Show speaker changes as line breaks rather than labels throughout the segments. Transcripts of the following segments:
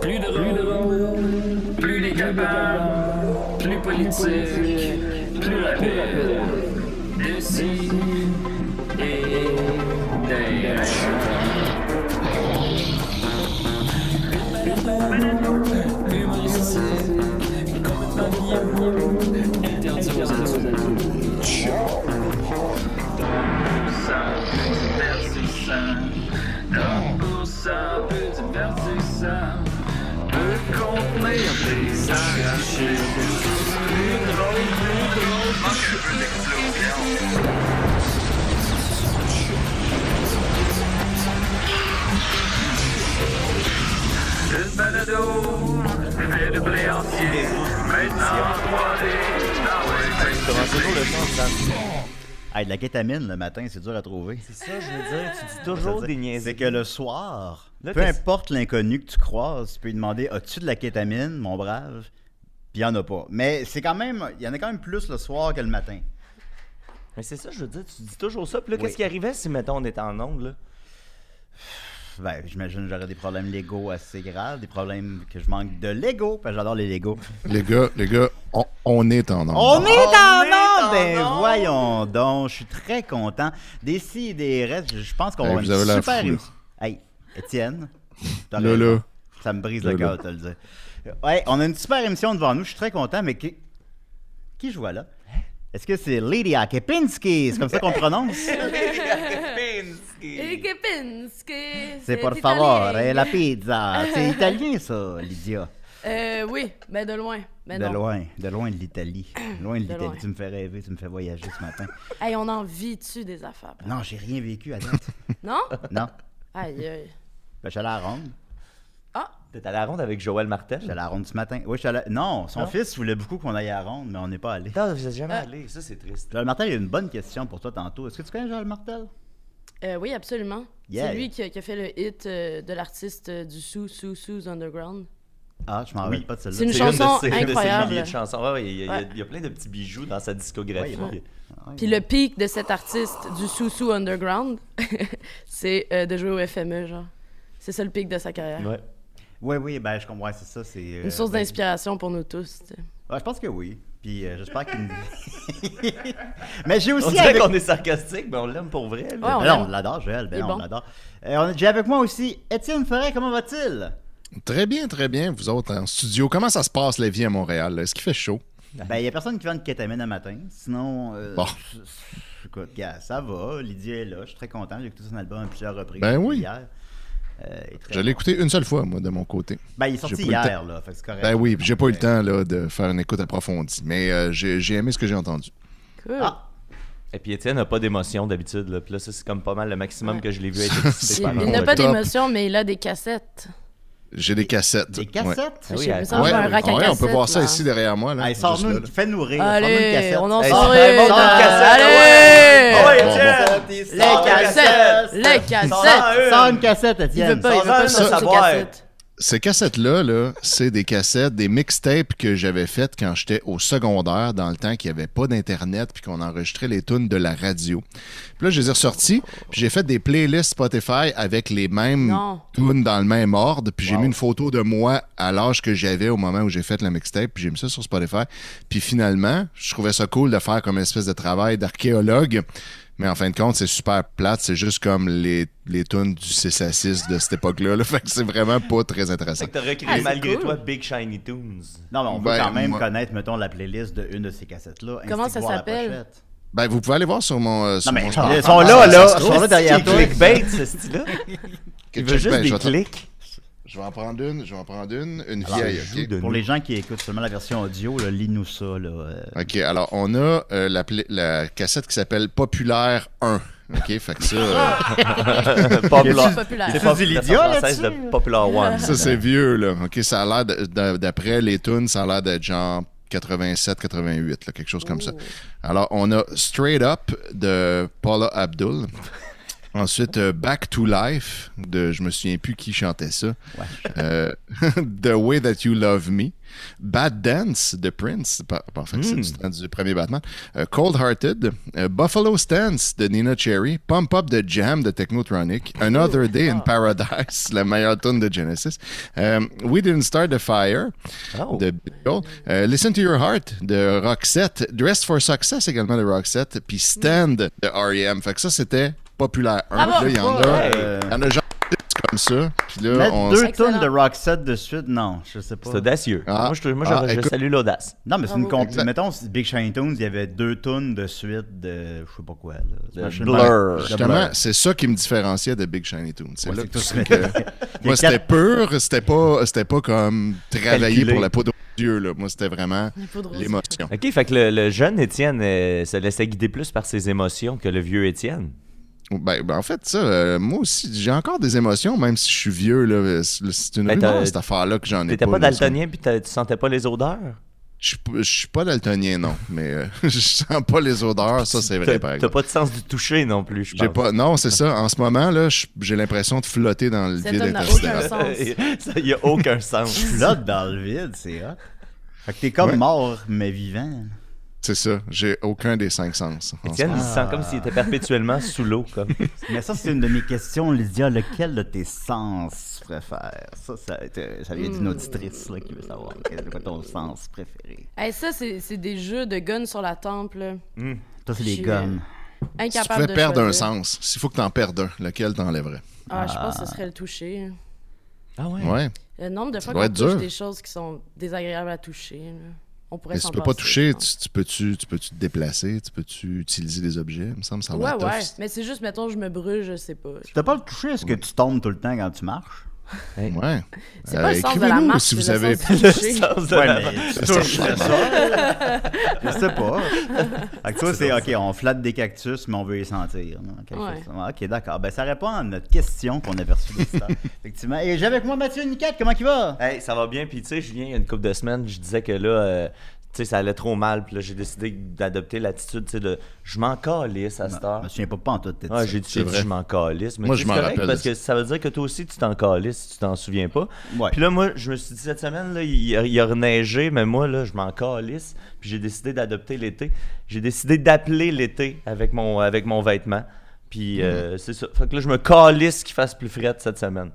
Plus drôle, plus décapable, plus politique, plus rapide. D'ici et d'ailleurs. Humoristique, compagnon, interdit aux adultes. Ciao. Ça, divertissant. Donc pour ça, peu divertissant. Peut contenir des arrachés. Plus drôle, plus drôle. Manque un peu d'explosion. Le balado fait de blé entier. Maintenant, 3D. Ah ouais, ben,
Comment
c'est
toujours le sens, Dan?
Hey, de la kétamine le matin, c'est dur à trouver.
C'est ça, je veux dire, tu dis toujours des
C'est
niaiseries.
que le soir,
Là,
peu
qu'est-ce-
importe l'inconnu que tu croises, tu peux lui demander As-tu de la kétamine, mon brave Puis il n'y en a pas. Mais c'est quand même, il y en a quand même plus le soir que le matin.
Mais c'est ça, je veux dire, tu dis toujours ça. Puis là,
Oui.
qu'est-ce qui arrivait si, mettons, on était en onde, là?
Ben, j'imagine que j'aurais des problèmes légaux assez graves, des problèmes que je manque de Lego, parce que j'adore les Lego.
Les gars, les gars, on, on est en
On
nombre.
est en
en
onde! Ben
onde!
voyons donc, je suis très content. Des si et des restes, je pense qu'on
Hey,
va
vous
une
avez l'air
super
fou,
émission. Hey, Étienne, t'as
Là,
raison.
là.
ça me brise
Là,
le
là.
cœur, de te le dire. Ouais, on a une super émission devant nous, je suis très content, mais qui, qui je vois là? Est-ce que c'est Lydia Kepinski? C'est comme ça qu'on prononce?
Il Kepinski.
C'est por
italien.
favor, et la pizza. C'est italien, ça, Lydia.
Euh, oui, mais de loin. Mais
de
non.
loin, de loin de l'Italie. Loin Ben de
De
l'Italie.
loin.
Tu me fais rêver, tu me fais voyager ce matin.
Hey, on en vit-tu des affaires? par-
Non, j'ai rien vécu à date.
Non?
Non.
Aïe, aïe.
Ben, je suis allé à la ronde.
Ah,
T'es à la ronde avec Joël Martel?
Je suis allé à la ronde ce matin. Oui, je suis allé... Non, son
Non?
fils voulait beaucoup qu'on aille à la ronde, mais on n'est pas allé.
Non, vous êtes jamais allé, ça, c'est triste.
Joël Martel, il y a une bonne question pour toi tantôt. Est-ce que tu connais Joël Martel?
euh, oui, absolument.
Yeah.
C'est lui qui a, qui a fait le hit euh, de l'artiste euh, du Sous Sous Sous Underground.
Ah, je m'en rappelle pas de celle-là.
C'est une
C'est
chanson
de ses- de ses
incroyable.
milliers de chansons. Ah ouais, il, y a, il y a-
Ouais.
il y a plein de petits bijoux dans sa discographie.
Ouais, ouais.
Puis le pic de cet artiste du Sous Sous Underground, c'est euh, de jouer au FME, genre. C'est ça le pic de sa carrière.
Ouais.
Oui, oui, ben, je comprends. ouais, c'est ça. C'est, euh,
Une source
ben,
d'inspiration pour nous tous. tu sais.
ouais, je pense que oui. Puis euh, j'espère qu'il me. mais j'ai
On
aussi.
dirait
avec-
qu'on est sarcastique, mais on l'aime pour vrai. là.
Ouais, on
Ben non,
l'aime.
on l'adore, Joël. Ben
Il est
non, on
bon.
l'adore. Euh, on a- J'ai avec moi aussi Étienne Ferret. Comment va-t-il?
Très bien, très bien, vous autres en studio. Comment ça se passe la vie à Montréal? là? Est-ce qu'il fait chaud?
Ben, il n'y a personne qui vend de kétamine un matin. Sinon. euh,
Bon.
c- c- Écoute, gars, ça va. Lydia est là. Je suis très content. J'ai écouté son album à plusieurs reprises.
Ben oui.
Hier. Euh, il est très
Je l'ai écouté une seule fois, moi, de mon côté.
bon. Ben, il est sorti
j'ai pas eu le
hier, là. Fait que c'est correct.
Ben oui, puis j'ai pas eu le temps là, de faire une écoute approfondie, mais euh, j'ai j'ai aimé ce que j'ai entendu.
Cool.
Ah,
Et puis Étienne n'a pas d'émotion d'habitude. Là. Puis là, ça, c'est comme pas mal le maximum
Ouais.
que je l'ai vu être excité
Il,
par un
il n'a
truc.
pas
top.
d'émotion, mais il a des cassettes.
Ah
J'ai des cassettes.
des
Ouais.
cassettes.
Ah oui,
J'ai
elle-
vu ça,
Ouais,
j'ai ben, un
ouais,
rack à
on peut
cassettes,
voir ça
là.
ici derrière moi. Là,
Allez,
Juste
sors-nous,
là,
une-
là.
fais-nous rire. sors-nous une
Allez,
cassette.
on en
Hey,
sort
sors-nous
une.
un bon de cassette.
Oh,
Ouais,
Allez!
Bon,
Étienne!
Les
Sors une
cassettes!
Les
cassettes!
cassettes!
Sors une cassette,
Il
Étienne.
veut pas, il veut
sans
pas
rien
sortir ses
savoir.
cassettes.
Ces cassettes-là, là, c'est des cassettes, des mixtapes que j'avais faites quand j'étais au secondaire, dans le temps qu'il n'y avait pas d'Internet, puis qu'on enregistrait les tunes de la radio. Puis là, je les ai ressorties, puis j'ai fait des playlists Spotify avec les mêmes
Non.
tunes dans le même ordre, puis j'ai mis une photo de moi à l'âge que j'avais au moment où j'ai fait la mixtape, puis j'ai mis ça sur Spotify. Puis finalement, je trouvais ça cool de faire comme une espèce de travail d'archéologue. Mais en fin de compte, c'est super plate. C'est juste comme les, les tunes du 6 à 6 de cette époque-là. là. Fait que c'est vraiment pas très intéressant.
C'est que t'as recréé
Ah, c'est
malgré
cool.
toi Big Shiny Tunes.
Non, mais on veut
Ben,
quand même
moi-
connaître, mettons, la playlist de une de ces cassettes-là. ainsi
Comment
que
ça
voir la
s'appelle?
pochette.
Ben, vous pouvez aller voir sur mon. euh,
Non,
sur
mais
mon
ils
Spotify.
Ah,
sont là, là. Ils sont là
C'est
derrière toi.
clickbait, ce style-là. Il veut
Check
juste
bien,
des
ben, je vais t'en-
clics.
Je vais en prendre une, je vais en prendre une, une
Alors,
vieille.
Ah, joue
ok?
de
Pour
nous.
les gens qui écoutent seulement la version audio, là, lis-nous ça. Là. euh.
OK, alors on a euh, la, pla- la cassette qui s'appelle Populaire 1. OK, fait que ça, euh,
Popular.
Populaire.
C'est
C'est
pas
du
la
Lydia,
française
là-dessus,
de Popular One.
ça c'est vieux, là. OK, ça a l'air de- de- d'après les tunes, ça a l'air d'être genre 87, 88, là, quelque chose comme ça. Alors, on a Straight Up de Paula Abdul. Ensuite, euh, Back to Life, de je me souviens plus qui chantait ça.
Ouais.
Euh, The Way That You Love Me. Bad Dance de Prince, par- parfait, c'est du temps du premier Batman. Euh, Cold Hearted. euh, Buffalo Stance de Nina Cherry. Pump Up de Jam de Technotronic. Another Day in Paradise, la meilleure tune de Genesis. Euh, We Didn't Start the Fire
Oh.
de Beatle. Euh, Listen to Your Heart de Roxette. Dressed for Success également de Roxette. Puis Stand de R.E.M. Fait que ça, c'était populaire. Un,
Bravo!
puis là, il y en a. Il y en a genre dix comme ça. Puis là,
Mettre
on.
deux
Excellent.
tonnes de Roxette de suite, non, je sais pas.
C'est audacieux.
Ah.
Moi, je, moi,
Ah,
je- je
écoute.
salue l'audace.
Non, mais c'est une
Bravo.
compil.
Exact.
Mettons, si Big Shiny Tunes, il y avait deux tonnes de suite de. Je sais pas quoi, là. Smashing
Blur.
Pumpkins.
Justement,
Blur.
c'est ça qui me différenciait de Big Shiny Toon. C'est
Ouais,
là
c'est
que
tout
tu
ça.
sais que-
Il y a
Moi, c'était
quatre-
pur, c'était pas, c'était pas comme travailler
Calculé.
pour la peau de Dieu. Là. Moi, c'était vraiment
poudre aux yeux.
l'émotion.
OK, fait que le, le jeune Étienne euh, se laissait guider plus par ses émotions que le vieux Étienne.
Ben, ben, en fait, ça, euh, moi aussi, j'ai encore des émotions, même si je suis vieux. Là, c'est c'est une
Ben,
rumeur,
t'as-
cette affaire-là que j'en ai
T'étais pas,
là.
daltonien puis t'as- tu sentais pas les odeurs?
Je suis- je suis pas daltonien, non, mais euh, je sens pas les odeurs, ça, c'est vrai,
T'as
par
t'as
exemple.
pas de sens du toucher non plus, je
J'ai
pense.
pas... Non, c'est ça. En ce moment, là, je- j'ai l'impression de flotter dans le
Cet
vide
homme n'a
intersidéral.
aucun sens.
Ça y a aucun sens.
Tu flottes dans le vide, c'est hot. Fait que t'es comme
Ouais.
mort, mais vivant.
C'est ça. J'ai aucun des cinq sens. en ce
Étienne, il se sent comme s'il était perpétuellement sous l'eau. Comme.
Mais ça, c'est une de mes questions, Lydia. Lequel de tes sens préfères? Ça, ça, a été- ça vient
Hmm.
d'une auditrice là, qui veut savoir quel est ton sens préféré.
Hey, ça, c'est c'est des jeux de guns sur la tempe, là.
Toi, c'est les
J'ai-
gommes.
Si tu
Incapable
pouvais
de
perdre un
choisir.
sens, s'il faut que t'en perdes un, lequel t'enlèverais?
Ah, je pense que ce serait le toucher.
Ah ouais?
Ouais.
Le nombre de fois
doit
qu'on
être
touche
dur.
des choses qui sont désagréables à toucher, là. on pourrait
Mais si
s'en
tu peux pas
passer, je
toucher, tu,
pense.
tu peux-tu tu peux-tu te déplacer, tu peux-tu utiliser des objets? Il me semble que ça va
Ouais,
être
ouais.
tough.
Mais c'est juste, mettons, je me brûle, je sais pas.
Tu t'as pas le toucher, est-ce que tu tombes tout le temps quand tu marches?
Ouais.
C'est
Euh,
pas le sens de la
écrivez-nous
marche,
si vous
c'est le
avez...
sens du
Le
toucher.
sens de
Ouais,
la-
mais tu
Ça, ça,
touches le
ça.
sol. Je sais pas. Fait que toi, c'est OK, on flatte des cactus, mais on veut les sentir. non? Quelque
Ouais.
chose comme ça. OK, d'accord. Ben, ça répond à notre question qu'on a perçue d'auditeur. Effectivement. Et j'ai avec moi Mathieu Niquette. Comment il va?
Hey, ça va bien. Puis, tu sais, Julien, il y a une couple de semaines, je disais que là, euh, tu sais, ça allait trop mal. Puis là, j'ai décidé d'adopter l'attitude, tu sais, de je m'en calisse à cette
Je
heure.
me souviens pas, pas en tout de tête.
Ah, j'ai dit, j'ai dit,
vrai.
je m'en calisse. Mais
Moi,
tu sais,
je m'en
c'est correct,
rappelle
Parce
de
que ça veut dire que toi aussi, tu t'en calisses si tu t'en souviens pas.
Ouais.
Puis là, moi, je me suis dit, cette semaine, là, il, a, il a reneigé, mais moi, là, je m'en calisse. Puis j'ai décidé d'adopter l'été. J'ai décidé d'appeler l'été avec mon, avec mon vêtement. Puis euh,
Mm-hmm.
c'est ça. Fait que là, je me calisse qu'il fasse plus frette cette semaine.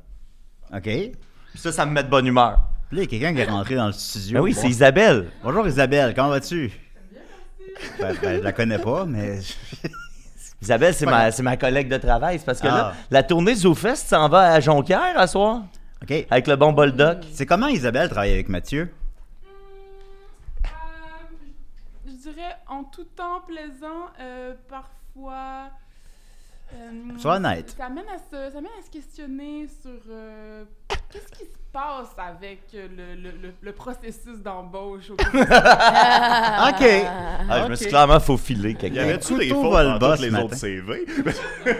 OK. Puis
Puis ça, ça me met de bonne humeur.
là, il y a quelqu'un qui est rentré dans le studio.
Ben oui,
Bon.
c'est Isabelle.
Bonjour Isabelle, comment vas-tu? Ben, ben, je la connais pas, mais.
Isabelle, c'est
Pas
ma,
grave.
c'est ma collègue de travail. C'est parce que là,
Ah.
la tournée ZooFest s'en va à Jonquière à soir
OK.
avec le bon Boldoc.
C'est comment Isabelle travaille avec Mathieu?
Euh, je dirais en tout temps plaisant, euh, parfois. euh,
Sois honnête.
Ça mène à se, ça mène à se questionner sur euh, qu'est-ce qui se passe avec euh, le, le- le- le processus d'embauche. au Québec.
OK.
Ah, je me suis clairement faufilé quelque part.
Ben, Couteau va le boss matin.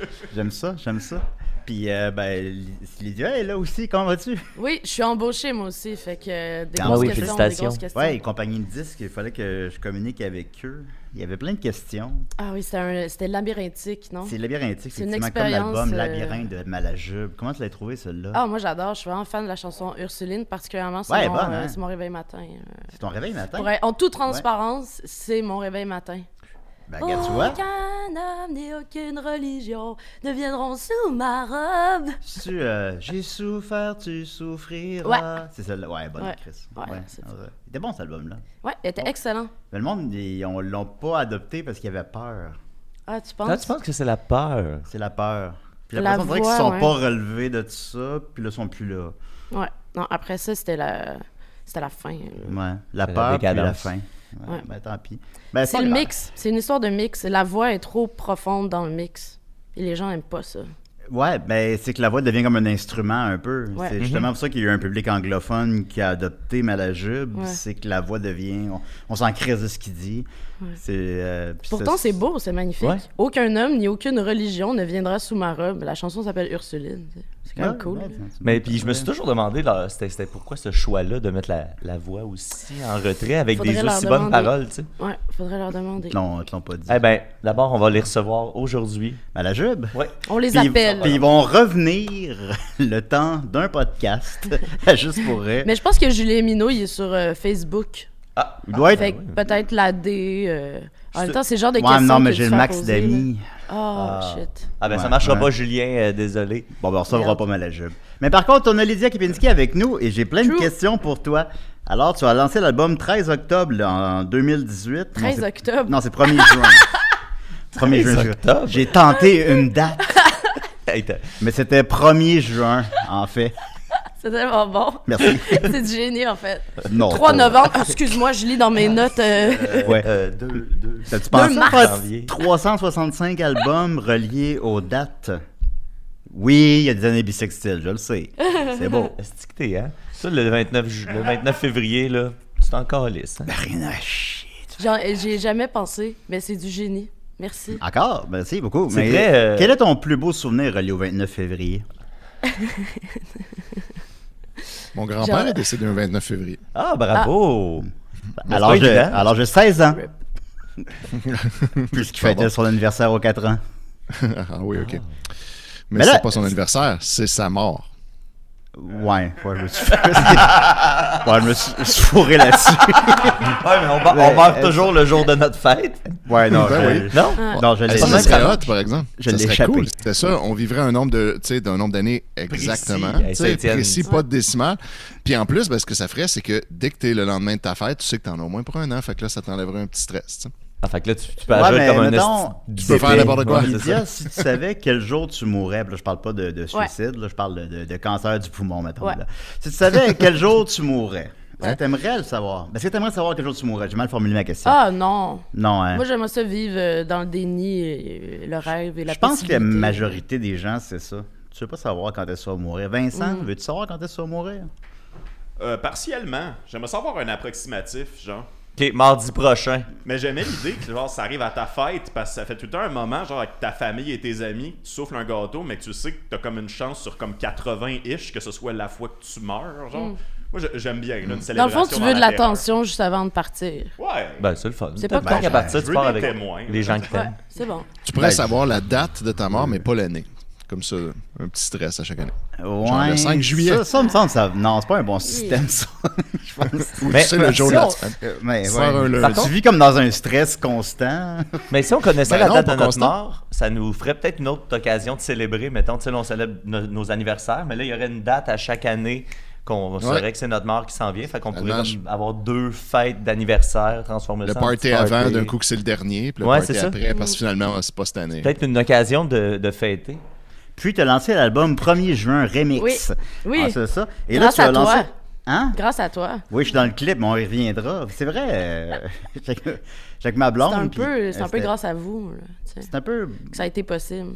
J'aime ça, j'aime ça. Puis, euh, ben, Li- Lydia est là aussi, comment vas-tu?
Oui, je suis embauchée, moi aussi. Fait que euh, des
Ah
grosses
oui,
questions, des
félicitations.
grosses questions.
Ouais, compagnie de disques, il fallait que je communique avec eux. Il y avait plein de questions.
Ah oui, c'était un- c'était labyrinthique, non?
C'est labyrinthique,
C'est une
effectivement, comme l'album
expérience, euh,
Labyrinthe de Malajube. Comment tu l'as trouvé, celui-là?
Ah, moi j'adore, je suis vraiment fan de la chanson Ursuline, particulièrement c'est
Ouais,
mon,
bonne,
euh,
hein?
c'est mon réveil matin. euh.
C'est ton réveil matin?
Pour être- en toute transparence, c'est mon réveil matin.
Ben, regarde, tu
Oh,
vois,
Aucun homme ni aucune religion ne viendront sous ma robe.
tu, euh, J'ai souffert, tu souffriras. C'est celle-là. Ouais, bonne,
Ouais.
Chris.
Ouais, c'est ça.
Il était bon, cet album-là.
Ouais, il était excellent.
Mais le monde, ils on l'ont pas adopté parce qu'il y avait peur.
Ah, tu
Non,
penses?
tu penses que c'est la peur?
C'est la peur. Puis
La
la personne dirait qu'ils
voix,
ne sont
ouais.
pas relevés de tout ça, puis là, ils sont plus
Euh,
là.
Ouais. Non, après ça, c'était la, c'était la fin. là.
Ouais,
La
la peur puis la
décadence.
fin. Ouais,
Ouais.
Ben, tant pis. Ben,
C'est
pas
le
grave.
mix. C'est une histoire de mix. La voix est trop profonde dans le mix. Et les gens aiment pas ça.
Ouais, ben, c'est que la voix devient comme un instrument un peu.
Ouais.
Mhm.
C'est justement pour ça qu'il y a eu un public anglophone qui a adopté Malajube.
Ouais.
C'est que la voix devient. On, on s'en crée de ce qu'il dit. C'est, euh, puis
Pourtant,
ça-
c'est beau, c'est magnifique.
Ouais.
Aucun homme ni aucune religion ne viendra sous ma robe. La chanson s'appelle Ursuline. tu sais. C'est quand même
Ouais,
cool.
ouais,
là.
tu- tu-
Mais puis je me suis toujours demandé, là, c'était c'était pourquoi ce choix-là de mettre la, la voix aussi en retrait avec
Faudrait
des
leur
aussi bonnes
demander.
paroles, tu sais.
Ouais, faudrait leur demander.
Non, ils te l'ont pas dit.
Eh ben, d'abord, on va les recevoir aujourd'hui.
À la Jube.
Ouais.
On les
Puis ils-
appelle.
Puis ils vont revenir le temps d'un podcast, à juste pour rire.
Mais je pense que Julien Minot, il est sur euh, Facebook.
Ah,
Il doit être.
Fait que peut-être la D. euh, En même temps, c'est le genre de
ouais,
questions
non, mais
que
j'ai
tu
le
fais
max
poser, là.
d'amis.
Oh, shit.
ah ben,
Ouais,
ça marchera
ouais.
pas, Julien, euh, désolé.
Bon, ben, on recevra
Merde.
pas mal à Jube. Mais par contre, on a Lydia Kipinski avec nous et j'ai plein de
True.
questions pour toi. Alors, tu as lancé l'album 13 octobre là, en 2018. Non,
13
c'est-
octobre.
Non, c'est 1er juin.
13
1er juin. je-
octobre.
J'ai tenté une date,
Hey, t'as-
mais c'était 1er juin, en fait.
C'est tellement bon.
Merci.
c'est du génie, en fait.
Non.
3
pas-
novembre. Ah, Excuse-moi, je lis dans mes notes. euh,
Ouais.
Euh, deux, deux.
T'as-tu pensé
Deux
à
mars.
faire
Janvier.
365 albums reliés aux dates? Oui, il y a des années bisextiles, je le sais. C'est beau.
Est-ce que t'es, hein? Ça, le 29, ju- le 29 février, là, tu t'en calisses. hein?
Ben, Rien à chier.
j'en- J'y ai jamais pensé, mais c'est du génie. Merci.
Encore? Ben, Merci beaucoup.
C'est
Mais
vrai, euh,
Quel est ton plus beau souvenir relié au 29 février?
Mon grand-père
Genre-
est décédé le 29 février.
Ah, bravo! Ben, c'est
Hmm. Alors
pas
j'ai
évident.
alors j'ai 16 ans,
Rip.
puisqu'il
Pardon.
fêtait son anniversaire aux 4
Euh.
ans.
ah oui, OK. Mais,
Mais là-
c'est pas son anniversaire, c'est sa mort.
Ouais, ouais, je me suis ouais, je me suis je suis fourré là-dessus.
Ouais, mais on, ba-
Ouais,
on meurt
euh,
toujours le jour de notre fête.
Ouais, non,
Ben
je-
Non?
non, je
Eh,
l'ai
ça, ça
même
serait
pas-
hot, par exemple.
Je
ça
l'ai
serait
échappé.
cool. C'était ça, on vivrait un nombre de, tu sais, d'un nombre d'années exactement.
Précis. Eh,
tu
ça,
sais,
Étienne.
précis, pas de décimales. Puis en plus, ben, ce que ça ferait, c'est que dès que t'es le lendemain de ta fête, tu sais que t'en as au moins pour un an. Fait que là, ça t'enlèverait un petit stress. tu sais.
Ah, fait que là, tu, tu peux
Ouais,
agir
mais
comme un
mettons,
esti-
tu peux faire n'importe quoi.
Ouais, c'est ça.
Lydia, si tu savais quel jour tu mourrais, puis là, je parle pas de, de suicide, là, je parle de, de- de cancer du poumon, mettons.
Ouais.
là. Si tu savais quel jour tu mourrais, hein, t'aimerais le savoir. Est-ce que t'aimerais savoir quel jour tu mourrais? J'ai mal formulé ma question.
Ah non.
non, hein.
Moi, j'aimerais ça vivre euh, dans le déni, euh, le rêve et la
Je pense que la
possibilité.
majorité des gens, c'est ça. Tu veux pas savoir quand est-ce va mourir. Vincent,
Mm.
veux-tu savoir quand est-ce va mourir?
Euh, partiellement. J'aimerais savoir un approximatif, genre.
Ok, mardi prochain.
Mais j'aimais l'idée que genre ça arrive à ta fête parce que ça fait tout le temps un moment, genre avec ta famille et tes amis, que tu souffles un gâteau, mais que tu sais que t'as comme une chance sur comme 80-ish que ce soit la fois que tu meurs, genre. Moi je- j'aime bien,
Hmm.
là, une
Hmm. Dans le
célébration.
fond, tu veux de
la
l'attention juste avant de partir.
terreur. Ouais.
Ben, c'est le fun.
C'est pas
Tant
con.
qu'à partir,
Je
tu
veux
pars
des
avec
témoins.
les gens que
Ouais,
t'aimes.
c'est bon.
Tu pourrais
Ben, je-
savoir la date de ta mort, mais pas l'année. Comme ça, un petit stress à chaque année.
Ouais,
le 5 juillet.
Ça, ça me semble, ça. Non, c'est pas un bon système, ça. Je pense. Ben,
Ou
Mais-
tu sais le jour de la
si on-
semaine.
Euh, Mais
Sors un
ouais.
lundi.
Tu vis comme dans un stress constant.
Mais si on connaissait
Ben
la
non,
date
pas
de notre
constant.
mort, ça nous ferait peut-être une autre occasion de célébrer. Mettons, tu sais, là, on célèbre no- nos anniversaires, mais là, il y aurait une date à chaque année qu'on saurait que c'est notre mort qui s'en vient. Fait qu'on
Ça
pourrait
marche.
comme avoir deux fêtes d'anniversaire transformer
Le
ça en
party
petit
avant,
party.
d'un coup que c'est le dernier, puis le
Ouais,
party
c'est ça.
après, parce
Mm.
que finalement, c'est pas cette année.
Peut-être une occasion de, de fêter.
Puis tu as lancé l'album 1er juin Remix.
Oui. Oui.
Ah, c'est ça. Et là,
Grâce
tu as
à
lancé.
toi.
Hein?
Grâce à toi.
Oui, je suis dans le clip, mais on y reviendra. C'est vrai. euh, J'ai j'ai avec ma
C'est
blonde.
un,
puis-
peu, c'est un peu
c'était-
grâce à vous là, tu sais,
C'est un peu.
que ça a été possible.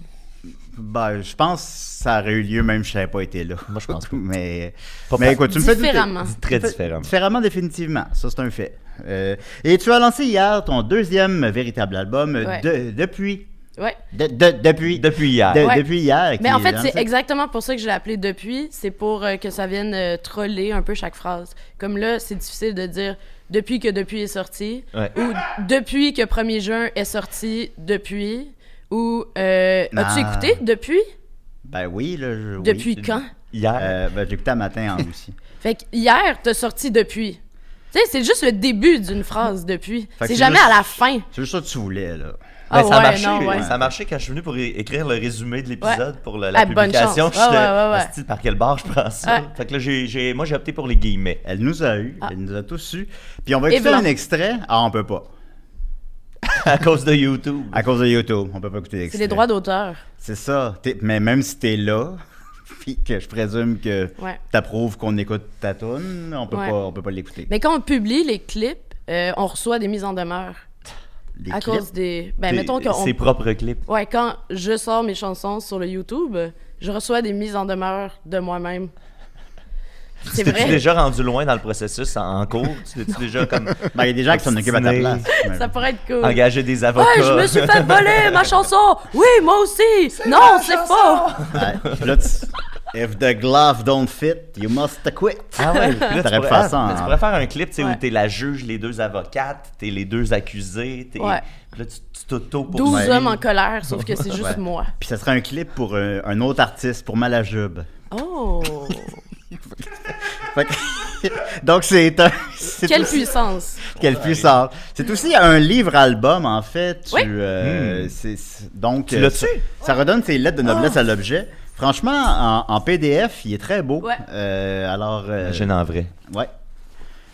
Ben, je pense que ça aurait eu lieu même si je n'avais pas été là.
Moi, je pense pas.
Mais,
Pas
mais
pas-
écoute, tu me fais douter.
Différemment.
Très
Tu me fais-
différent.
Différemment, définitivement. Ça, c'est un fait. Euh, et tu as lancé hier ton deuxième véritable album euh,
Ouais.
de- depuis.
Ouais.
De- de- depuis.
Depuis hier.
de-
Ouais.
Depuis hier. qui
Mais en
est
fait,
lancé.
c'est exactement pour ça que je l'ai appelé depuis. C'est pour euh, que ça vienne euh, troller un peu chaque phrase. Comme là, c'est difficile de dire depuis que depuis est sorti,
Ouais.
ou depuis que 1er juin est sorti, depuis, ou euh, as-tu
Ah.
écouté depuis?
Ben oui, là. je- oui.
Depuis quand?
Hier.
Euh, ben, j'écoutais un matin en aussi.
Fait que hier, t'as sorti depuis. Tu sais, c'est juste le début d'une phrase depuis.
que
C'est
c'est
jamais
juste- Ben,
à la fin.
C'est juste ça que tu voulais, là.
Ben,
Ah
ça a
ouais,
marché,
non, ouais.
ça a marché quand je suis venu pour é- écrire le résumé de l'épisode pour le- la
Ah, bonne
publication.
chance.
j'étais,
Ouais, ouais, ouais, ouais.
Asti, par quel bar je prends ça?
Ouais.
Fait que là, j'ai, j'ai- moi, j'ai opté pour les guillemets.
Elle nous a eu, elle nous a tous eu. Puis on va
Ah. Et
écouter
blanc.
un extrait. Ah, on peut pas.
À cause de YouTube.
À cause de YouTube, on peut pas écouter l'extrait.
C'est les droits d'auteur.
C'est ça. T'es- Mais même si t'es là, puis que je présume que
Ouais.
t'approuves qu'on écoute ta tune, on peut
Ouais.
pas, on peut pas l'écouter.
Mais quand on publie les clips, euh, on reçoit des mises en demeure.
Les
à
clips,
cause des. Ben,
Des-
mettons qu'on.
Ses propres clips.
Ouais, quand je sors mes chansons sur le YouTube, je reçois des mises en demeure de moi-même. C'est
T'es-tu
vrai.
déjà rendu loin dans le processus en en cours? Tu t'es-tu déjà comme
Ben, il y a des gens qui s'en occupent à ta
Obstiné.
place.
Ça pourrait être cool.
engagé des
Ouais,
avocats?
je me suis fait voler ma chanson. Oui, moi aussi. Non, c'est faux.
Ouais. Puis là, tu- If the glove don't fit, you must quit.
Ah ouais, puis là, tu,
T'aurais pu
pourrais,
faire
ah,
ça hein. en-
mais tu pourrais faire un clip tu sais,
Ouais.
où t'es la juge, les deux avocates, t'es les deux accusés, t'es...
Ouais.
Puis là, tu tu t'auto pour
12
Ouais.
hommes en colère, sauf que c'est juste moi.
Puis ça serait un clip pour un, un autre artiste, pour Malajube.
Oh!
Fait que- Donc c'est un. c'est
Quelle
aussi-
puissance!
Quelle puissance. C'est aussi un livre-album, en fait. Tu,
Oui.
euh, c'est- c'est- donc,
Tu
euh,
l'as-tu?
Ça redonne ses lettres de noblesse
Oh.
à l'objet. Franchement, en, en PDF, il est très beau.
Ouais.
Euh, alors, euh,
Imagine en vrai.
ouais.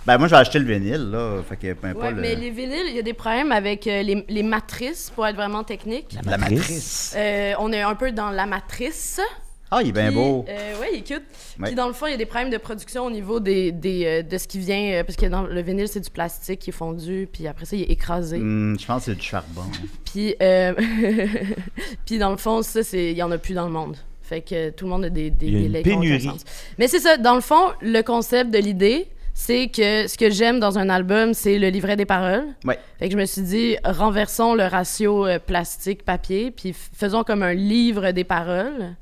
Ben moi, je vais acheter le vinyle, là. Fait que, ben, pas
Ouais,
le-
mais les vinyles, il y a des problèmes avec euh, les, les matrices, pour être vraiment technique.
La matrice.
Euh, on est un peu dans la matrice.
Ah, il est
Ben
bien
Puis,
beau.
euh, ouais, il est cute.
Ouais.
Puis dans le fond, il y a des problèmes de production au niveau des, des, euh, de ce qui vient, euh, parce que dans le vinyle, c'est du plastique qui est fondu, puis après ça, il est écrasé.
Mm.
Hum, je pense que c'est du charbon.
Puis, euh, puis dans le fond, ça, c'est, il y en a plus dans le monde. Fait que tout le monde a des, des
Il y a une
délais qui ont aucun
pénurie.
sens. Mais c'est ça, dans le fond, le concept de l'idée, c'est que ce que j'aime dans un album, c'est le livret des paroles.
Ouais.
Fait que je me suis dit, renversons le ratio euh, plastique-papier, puis f- faisons comme un livre des paroles.